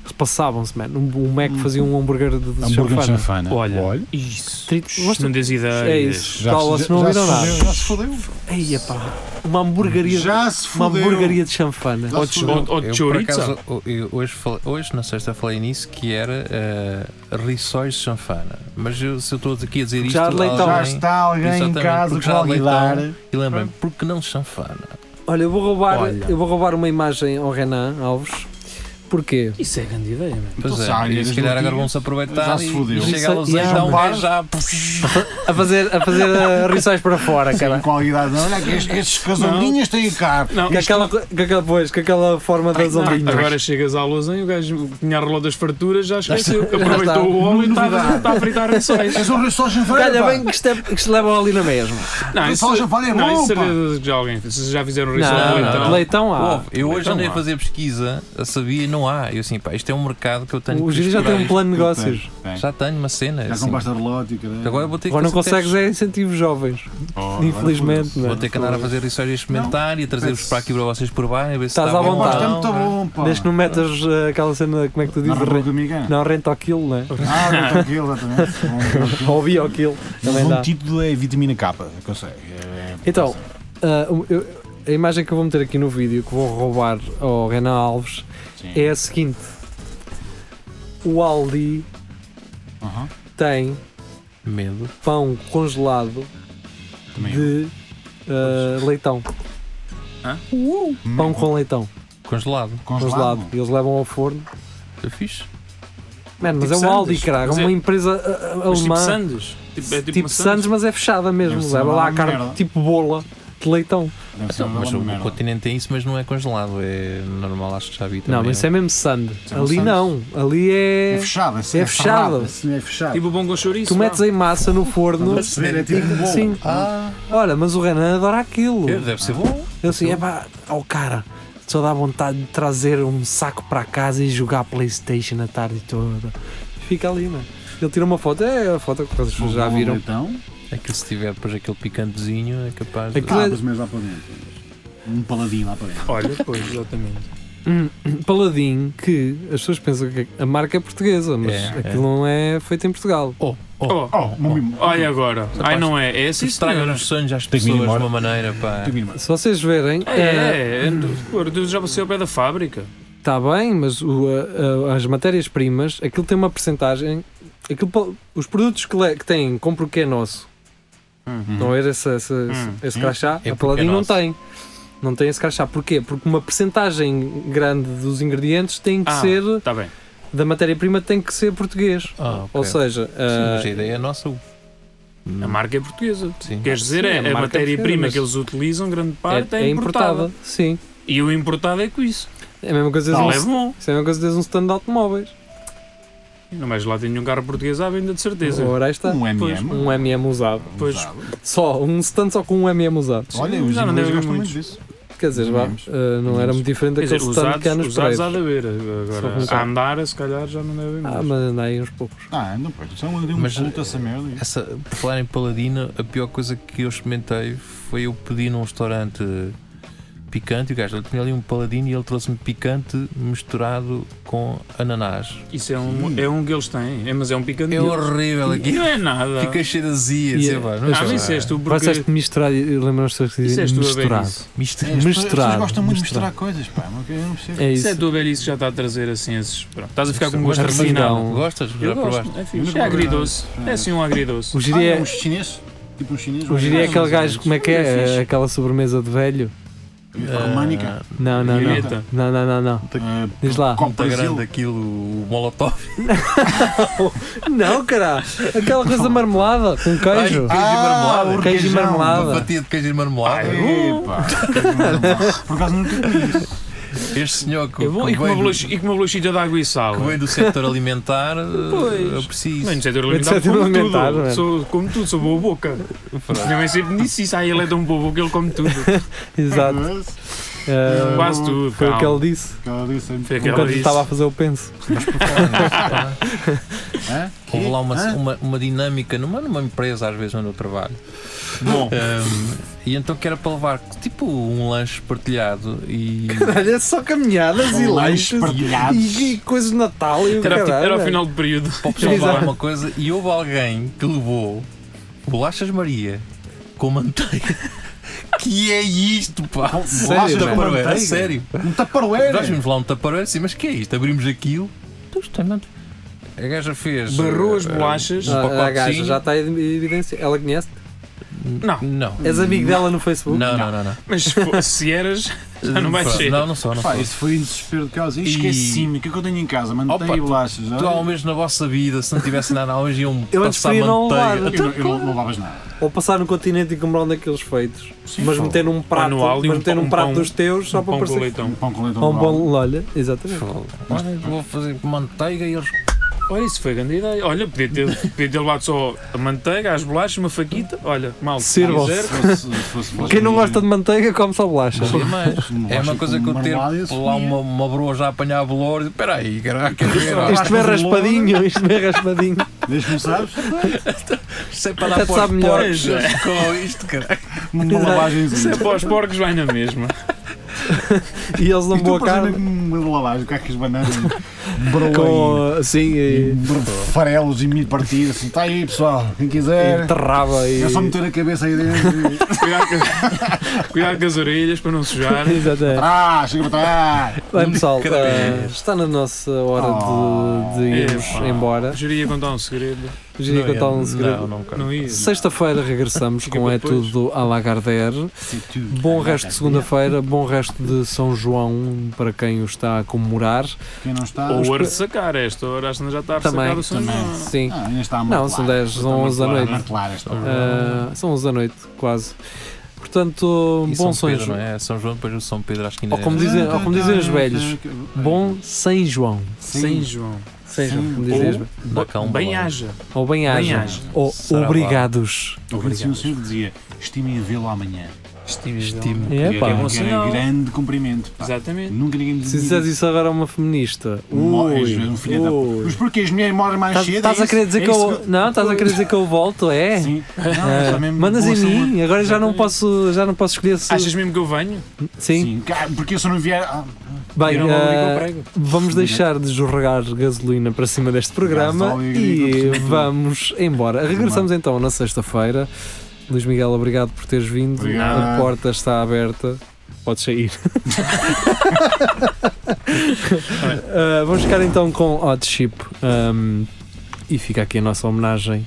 S2: eles passavam-se, man. Um, um
S4: Hum.
S2: Mac fazia um hambúrguer de, de
S3: Hambúrguer de
S2: chanfana.
S3: chanfana.
S4: Olha, isso.
S2: Tri- mas tu-
S4: não diz ideias.
S2: É isso.
S3: Já,
S2: Tal,
S3: se,
S2: vocês não
S3: já,
S2: ouviram
S3: se fodeu,
S2: nada.
S3: já se fodeu.
S2: Ei, epá, uma hambúrgueria de-
S3: Já se
S2: uma
S3: fodeu.
S2: hambúrgueria de chanfana.
S3: Já
S4: Ou
S3: se
S4: de,
S3: fodeu.
S4: ou, ou de
S5: Eu, por
S4: chouriça.
S5: acaso, o- oh, eu hoje, falei- hoje, na sexta, falei nisso que era eh, rissóis de chanfana. Mas eu- se eu estou aqui a dizer
S2: Já
S5: isto,
S2: de leitão.
S3: Já
S5: alguém-
S3: está alguém em
S5: Exatamente,
S3: casa
S5: porque
S3: com
S5: já
S3: a lidar.
S5: E lembrem-me, porque não chanfana?
S2: Olha, eu vou roubar,
S4: Olha.
S2: eu vou roubar uma imagem ao Renan Alves. Porquê?
S4: Isso é grande ideia, mano.
S5: Pois
S3: Então,
S5: é,
S3: se há
S5: e se
S3: alhas
S5: calhar
S3: no
S5: agora
S3: dia,
S5: vão-se
S3: já
S5: aproveitar
S3: se
S5: e-
S3: fodeu.
S5: e chega a
S2: Isso- e
S5: leitão,
S2: é
S5: um
S2: um
S5: gajo já...
S2: A fazer, a fazer ah, rissóis para fora,
S3: Sim,
S2: cara.
S3: com a idade. Olha que estes, estes casondinhas têm carne.
S4: Não,
S2: Com aquela, com aquela, pois, com aquela forma das
S4: Não,
S2: ondinhas.
S4: agora chegas à lousa e o gajo tinha a das farturas, já esqueceu.
S2: está.
S4: Aproveitou o óleo e está, a- está a fritar rissóis.
S3: És um rissol chanfana.
S2: Calha
S3: pá.
S2: bem que, este, que se levam ali na mesma.
S4: Não,
S3: Rissóis chanfana é
S4: não,
S3: bom,
S4: isso
S3: pá.
S4: certeza que já alguém. Se já fizeram rissóis,
S2: Não,
S5: leitão.
S2: não, de é leitão há.
S5: Ouve,
S3: então
S5: eu hoje
S4: Leitão
S5: andei a
S4: há.
S5: fazer pesquisa, eu sabia e não há. Eu assim, pá, isto é um mercado que eu tenho
S2: O
S5: que
S2: Giro já tem um
S5: explorar isto.
S2: plano de negócios.
S3: Bem,
S5: Já tenho uma cena.
S3: Já
S5: assim.
S3: compraste a relógio, caralho.
S5: Agora vou ter que
S2: Agora não
S5: fazer
S2: consegues
S5: testes.
S2: é incentivos jovens.
S3: Oh, agora
S2: Infelizmente,
S3: foda-se.
S2: não. é?
S5: Vou ter que andar a fazer rissóis e experimentar e a trazer-vos
S3: Mas-
S5: para aqui para vocês provarem, a ver se
S2: Estás
S5: está
S2: à
S5: bom ou
S3: Mas
S2: vontade.
S3: está
S5: não.
S3: muito bom, pá.
S2: Tá Desde que não metas ah, aquela cena, como é que tu
S3: Na
S2: dizes?
S3: República
S2: Re-
S3: Dominicana.
S2: Não, renta ao quilo, né?
S3: Ah, não, tranquilo,
S2: *laughs*
S3: exatamente.
S2: Ou bio ao quilo. Também dá.
S3: Um tipo é vitamina K, é que eu sei. É-
S2: Então, ah, o- eu- a imagem que eu vou meter aqui no vídeo, que vou roubar ao Renan Alves,
S3: assim, Sim.
S2: é a seguinte: o Aldi
S3: Aham,
S2: tem
S5: Medo.
S2: pão congelado
S3: também eu.
S2: de ah, leitão.
S4: Hã?
S2: Pão com leitão
S5: Congelado. É
S2: congelado.
S3: é Congelado.
S2: E eles levam ao forno.
S5: Eu fiz.
S2: Mano, mas
S4: Tipo
S2: é o Aldi,
S4: Sandes,
S2: caralho.
S4: mas
S2: Uma
S4: é-
S2: empresa ah, ah,
S4: Mas tipo
S2: alemã.
S4: Sandes. Tipo, é tipo,
S2: Tipo
S4: uma
S2: Sandes, mas é fechada mesmo.
S3: Deve ser
S2: Leva
S3: uma
S2: lá a carne
S3: merda.
S2: tipo bola de leitão.
S3: Deve ser
S5: Então,
S3: uma
S5: mas o,
S3: bela merda.
S5: continente tem isso, mas não é congelado. É normal, acho que já vi também.
S2: Não, mas isso é mesmo sand.
S3: Isso é um
S2: Ali
S3: sand.
S2: não. Ali
S3: É
S2: é.
S3: fechado, assim,
S2: É
S3: é fechado.
S2: fechado.
S3: Assim, é fechado.
S4: Tipo bom com chouriço.
S2: Tu metes em massa no forno.
S3: Estás a perceber? É tipo bom.
S2: Sim.
S5: Ah,
S2: Olha, mas o Renan adora aquilo.
S5: é, deve ser bom.
S2: Ele assim, é pá, ao cara. Só dá vontade de trazer um saco para casa e jogar Playstation a tarde toda. Fica ali, né? Ele tira uma foto, é a foto que vocês já viram.
S3: Então,
S5: É que se tiver depois aquele picantezinho, é capaz de.
S2: Aquilo é-
S3: abres Tá, mesmo lá para dentro. Um paladinho lá para dentro.
S4: Olha, pois, exatamente.
S2: Paladinho Um que as pessoas pensam que a marca é portuguesa, mas
S5: É,
S2: aquilo não é feito em Portugal.
S5: Oh, oh,
S4: Oh,
S3: Oh, um mimo.
S4: olha agora. Ai, não é? É
S5: Tu
S4: assim,
S5: estragas
S4: senhor.
S5: os sonhos às
S3: Tenho que ir
S5: pessoas de
S3: embora.
S5: uma maneira, pá.
S3: Tipo mimo.
S2: Se vocês verem, eh,
S4: É, é, é. Pô, eu já passei ao pé da fábrica.
S2: Está Tá bem, mas o, a- a- as matérias-primas, aquilo tem uma percentagem. Aquilo, pa- os produtos que, le- que têm, compra o que é nosso. Não era esse, esse, esse
S3: Hum.
S2: crachá?
S5: Uhum. É
S2: a
S5: porque
S2: Paladino
S5: é
S2: não
S5: nosso.
S2: tem. Não tem esse crachá. Porquê? Porque uma percentagem grande dos ingredientes tem que
S4: Ah.
S2: ser.
S4: Está bem.
S2: da matéria-prima tem que ser português.
S5: Ah, ok.
S2: Ou seja,
S5: Sim,
S2: ah,
S5: mas a ideia é nossa. o-
S4: A marca é portuguesa.
S5: Sim.
S4: Queres dizer,
S2: Hum. Sim, a
S4: é, a
S2: marca é
S4: matéria-prima
S2: portuguesa,
S4: que eles utilizam, grande parte,
S2: é,
S4: é,
S2: é
S4: importada.
S2: importada. Sim.
S4: E o importado é com isso.
S2: É a mesma coisa
S4: Não, é
S2: dizer um,
S4: bom.
S2: isso é a mesma coisa dizer um stand de automóveis.
S4: Não vais lá ter nenhum carro português à venda, de certeza.
S2: Ora aí está.
S3: Um MM.
S2: Um MM usado.
S4: Pois,
S2: Só, um stand só com um MM usado.
S3: Olha, os
S4: Já não
S3: ingleses
S4: deve haver
S3: gostam muito
S4: muitos.
S3: disso.
S2: Quer dizer, vá,
S3: Memes.
S2: ah, não era muito diferente
S4: quer
S2: daquele
S4: dizer,
S2: stand
S4: usados,
S2: que há nos
S4: usados
S2: prédios.
S4: há de haver.
S2: Só
S4: Agora,
S2: começar.
S4: a andar, se calhar, já não devem
S2: Ah,
S4: haver.
S2: mas anda aí uns poucos.
S3: Ah, não, pois. São ali um
S5: Mas,
S3: culto essa merda.
S2: eh,
S5: Essa, por falar em paladino, a pior coisa que eu experimentei foi eu pedir num restaurante picante e o gajo ele tinha ali um paladino e ele trouxe-me picante misturado com ananás.
S4: Isso é um, é um que eles têm, é, mas é um picante.
S5: É horrível
S4: Não
S5: aquilo.
S4: é nada.
S5: Fica cheio de azia. sei
S2: Yeah.
S5: lá, não
S4: Ah,
S5: sei
S4: mas
S5: lá.
S4: isso és tu, porque
S2: Parece-te misturar, lembram-se
S4: isso
S2: de
S4: és tu a ver
S2: misturar.
S4: isso.
S5: Misto-
S3: É, as pessoas- As
S2: Misturado,
S3: pessoas gostam muito de
S2: misturado.
S3: misturar coisas, pá. mas Eu não percebo.
S2: É
S4: Isso
S2: isso. é
S4: é a tua velhice que já está a trazer assim esses. Pronto, estás a ficar com um gosto
S5: Gostas?
S2: Mas não.
S4: refinado.
S5: Gostas? Já
S4: Eu
S5: provaste?
S4: gosto, é fixe.
S3: Nunca
S4: É
S3: provei
S4: agridoce.
S3: nada.
S4: É assim um Ah, agridoce.
S2: O
S3: Ah,
S2: giri
S3: é
S2: é,
S3: um chinês? Tipo um chinês?
S2: o giri é aquele gajo,
S3: eh,
S2: como é que
S4: É
S2: é?
S4: fixe.
S2: Aquela sobremesa de velho?
S5: Ah,
S3: Românica?
S2: Não, não, não.
S4: Irrita.
S2: Não, não, não, não.
S3: Ah,
S2: Diz lá.
S3: com
S5: Está
S3: Brasil.
S5: grande aquilo, o molotov.
S2: Não, cara. Aquela coisa da marmelada com queijo.
S5: Ai, queijo e
S3: Ah,
S5: marmelada.
S2: Queijo e
S3: requeijão.
S5: Uma
S2: marmelada.
S5: fatia de queijo e marmelada.
S2: *laughs*
S3: Epá, por acaso nunca comi isso.
S5: Este senhor que,
S4: É bom.
S5: que
S4: E com uma
S5: veio, do,
S4: bolach- e com uma bolachita de água e sal.
S5: que veio do setor alimentar,
S4: Pois.
S5: eh, eu preciso.
S4: Mano, no setor
S2: No
S4: alimentar,
S2: setor
S4: como
S2: alimentar,
S4: tudo.
S2: mano.
S4: Sou, como tudo, sou boa boca. Minha mãe sempre me disse isso. Ah, ele é tão boa boca, ele come tudo.
S2: Exato.
S3: Mas,
S2: Ah,
S4: Quase tudo.
S2: Foi o que
S4: calma.
S2: ele disse
S3: Ela disse
S4: Foi aquela
S2: enquanto
S4: disse.
S2: estava a fazer o penso.
S3: Hã?
S5: Houve lá uma,
S3: Hã?
S5: uma, uma dinâmica numa, numa empresa, às vezes, onde eu trabalho. *laughs*
S3: Bom,
S5: Ahm, e então que era para levar tipo um lanche partilhado
S3: *laughs*
S5: e
S2: Olha é só caminhadas e
S3: leis
S2: lanches
S3: partilhados.
S2: e, e coisas de Natal e o
S4: Era,
S2: caralho.
S4: era ao final do período.
S5: *laughs* para o pessoal levar
S2: Exato.
S5: uma coisa e houve alguém que levou bolachas Maria
S3: *laughs*
S5: com manteiga. que é isto, pá?
S3: bolachas
S5: Sério,
S3: com
S5: Tupperware,
S3: manteiga?
S5: a sério.
S3: Um taparoeira.
S5: Nós vimos lá um taparoeiro assim, mas que é isto? Abrimos aquilo. Então isto é mante- A gaja fez.
S4: Barrou as
S5: eh,
S4: bolachas.
S5: um
S2: Ah, a gaja
S5: pacotezinho.
S2: já está em evidência. Ela conhece?
S4: Não,
S5: Não.
S2: És amigo dela no Facebook?
S5: Não, não, não, não.
S4: mas se fo- se eras, já não vai
S5: Pronto,
S4: ser.
S5: Não, não sou, não
S3: Pá,
S5: sou.
S3: isso foi um desespero de causa. E
S5: E-
S3: esqueci-me. O que é que eu tenho em casa? Manteiga
S5: Opa,
S3: e
S5: tu-
S3: bolachas.
S5: Tu, ao
S3: olha.
S5: menos na vossa vida, se não tivesse nada, ao menos iam
S2: Eu antes
S5: passar
S2: preferia não
S5: manteiga.
S2: levar.
S3: Eu não- eu não levavas nada.
S2: Ou passar no continente e comprar um daqueles feitos. mas
S5: pá.
S2: meter num prato,
S4: no alho e
S2: mas
S4: um
S2: meter
S4: pão-
S2: num
S4: um
S2: prato
S4: pão-
S2: dos teus só
S4: Um
S2: para
S4: pão com
S2: parecer.
S4: leitão.
S3: Um pão com leite
S2: Ou um
S3: normal.
S2: bom. Olha, exatamente.
S5: Olha, vou fazer com manteiga e eles.
S4: Olha, isso foi grande ideia. Olha, podia ter, podia ter levado só a manteiga, as bolachas, uma faquita. Olha, mal.
S2: Sirvam-se.
S3: Se fosse- se fosse bolachas
S2: *laughs* Quem não gosta de
S3: Maria,
S2: manteiga come só bolachas.
S5: Não é mais.
S3: *laughs*
S5: É
S3: acho
S5: uma
S3: que
S5: coisa que eu ter
S3: marmelada isso
S5: lá
S3: comia.
S5: uma, uma broa já a apanhar bolor. Espera aí, caralho,
S2: *laughs*
S5: quer ver?
S3: Isto-
S2: Isto é raspadinho, isto é
S4: *laughs*
S2: raspadinho. *laughs*
S3: Deixa-me, sabes?
S5: Isto é para dar
S2: Até
S5: para os
S2: sabe melhor. *laughs*
S5: porcos. *laughs* eles com isto, caralho.
S3: Uma
S4: Se é
S3: lavagemzinha.
S4: para os porcos, vai na mesma.
S2: E eles
S3: E
S2: dão
S3: tu
S2: boa
S3: fazendo
S2: carne.
S3: Uma lavagem, com as
S2: *laughs*
S3: bananas. Broa
S2: Com assim
S3: e
S2: e,
S3: farelos e milho partido. Assim, está aí, pessoal. Quem quiser.
S2: e terraba Então, e.
S3: É só meter a cabeça
S2: *laughs*
S3: aí dentro. e-
S4: Cuidado com, cuidado com as *laughs* orelhas para não sujar.
S2: Exatamente.
S3: Trás, tá, chega para trás.
S2: Bem pessoal,
S5: Cada
S2: eh,
S5: vez.
S2: está na nossa hora
S3: Oh.
S2: de, de irmos
S4: Epá.
S2: embora.
S4: Juria contar um segredo.
S2: Já ia contar um segredo.
S5: Não, não, cara.
S4: Não ia.
S2: Sexta-feira regressamos
S4: Fica
S2: com
S4: para
S2: É
S4: depois.
S2: Tudo à Lagardère.
S3: Assim,
S2: Bom resto de segunda-feira, bom resto de São João para quem o está a comemorar.
S3: Quem não está.
S4: Ou a ressacar, esta hora esta já está a ressacar
S2: Também.
S4: o São
S3: Também.
S4: João.
S2: Sim.
S3: Ah, ainda está a
S2: Não, são 10, são 11 da noite.
S3: é?
S2: Ah, são 11 da noite, quase. Portanto,
S5: E
S2: Um bom
S5: São
S2: sonho.
S5: Pedro, não é? São João, depois o São Pedro, acho que ainda é
S2: Ou como dizem, ou como dizem os velhos,
S3: é?
S2: bom sem João.
S4: Sem João.
S2: Sem João, como dizem os
S4: Ou
S2: velhos.
S5: dá cá um
S4: bem
S5: balão.
S4: haja.
S2: Ou bem haja.
S4: haja.
S2: Ou
S5: Saravá.
S2: obrigados.
S3: Eu conheci um senhor que dizia: estimem vê-lo amanhã.
S5: Estimo.
S2: É,
S3: Que
S2: pá.
S3: era-
S4: bom
S3: que era
S4: sinal.
S3: grande cumprimento. pá.
S4: Exatamente.
S3: Nunca ninguém me
S2: Se
S3: dizia.
S2: disseres isso agora a uma feminista.
S3: Mo-
S2: ui,
S3: és um filho da puta.
S2: ui.
S3: Mas porque as mulheres moram mais
S2: Estás-
S3: cedo?
S2: Estás
S3: é
S2: a querer
S3: isso?
S2: dizer
S3: É
S2: que
S3: isso
S2: eu. Não, estás a querer dizer que eu volto, é?
S3: Sim. Não, é
S2: Ah,
S3: só mesmo
S2: mandas em
S3: boa saúde.
S2: mim, agora já não posso, já não posso escolher se.
S4: Achas mesmo que eu venho?
S2: Sim,
S3: Sim. Cá, Porque eu se não vier. ah,
S2: bem,
S4: Viram logo ali com o
S2: ah,
S4: prego.
S2: vamos deixar de jorrar gasolina para cima deste programa
S3: Gasóleo,
S2: e
S3: gasóleo.
S2: vamos embora. Regressamos então na sexta-feira. Luís Miguel, obrigado por teres vindo.
S3: Obrigado.
S2: A porta está aberta. Podes sair. Ah, vamos ficar então com Hot Chip um, e fica aqui a nossa homenagem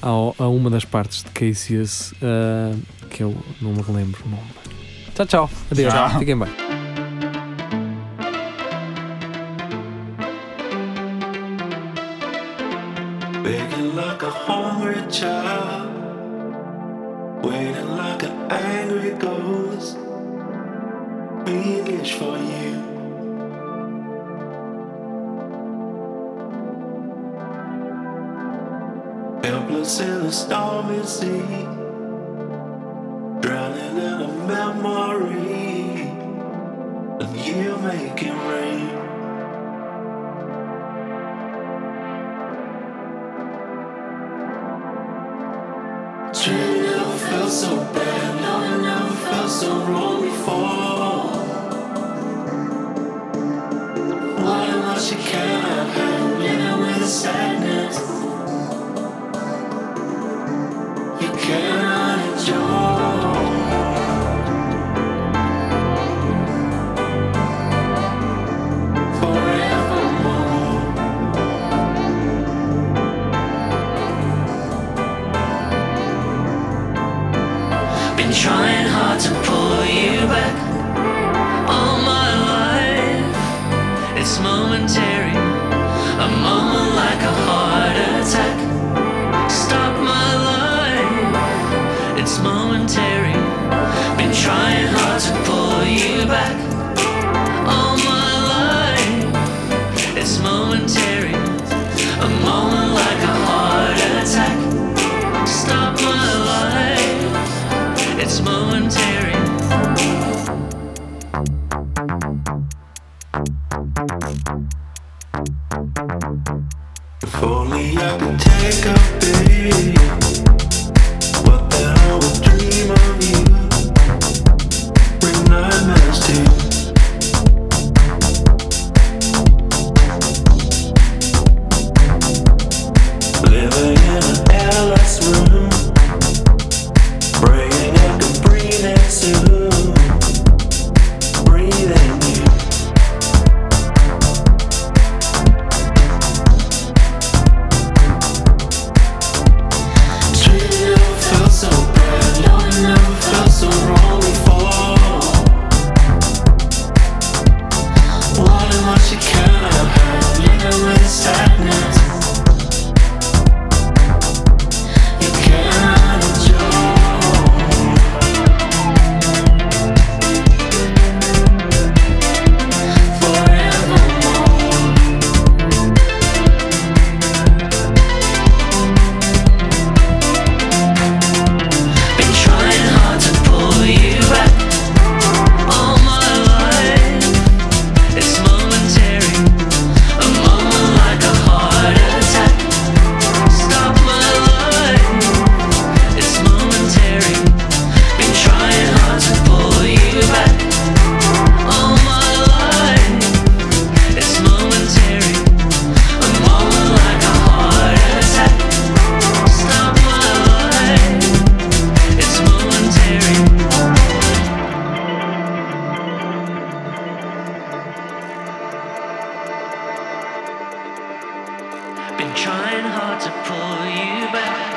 S2: ao- a uma das partes de KCS ah, que eu não me relembro o nome. Tchau, tchau. Adeus.
S3: Tchau.
S2: Fiquem bem.
S7: Begging like a hungry child, waiting like an angry ghost, beatish for you. Helpless in a stormy sea, drowning in a memory, and you make it rain. Dreaming never felt so bad, love never felt so wrong before. What am I she cannot hide, living with the sadness. You cannot enjoy. Forevermore. Been trying hard to pull you back all my life. It's momentary, a moment like a heart attack. Stop my life, it's momentary. Been trying hard to pull you back all my life. It's momentary, a moment like a heart attack. Stop my life. It's momentary. I'm trying hard to pull you back.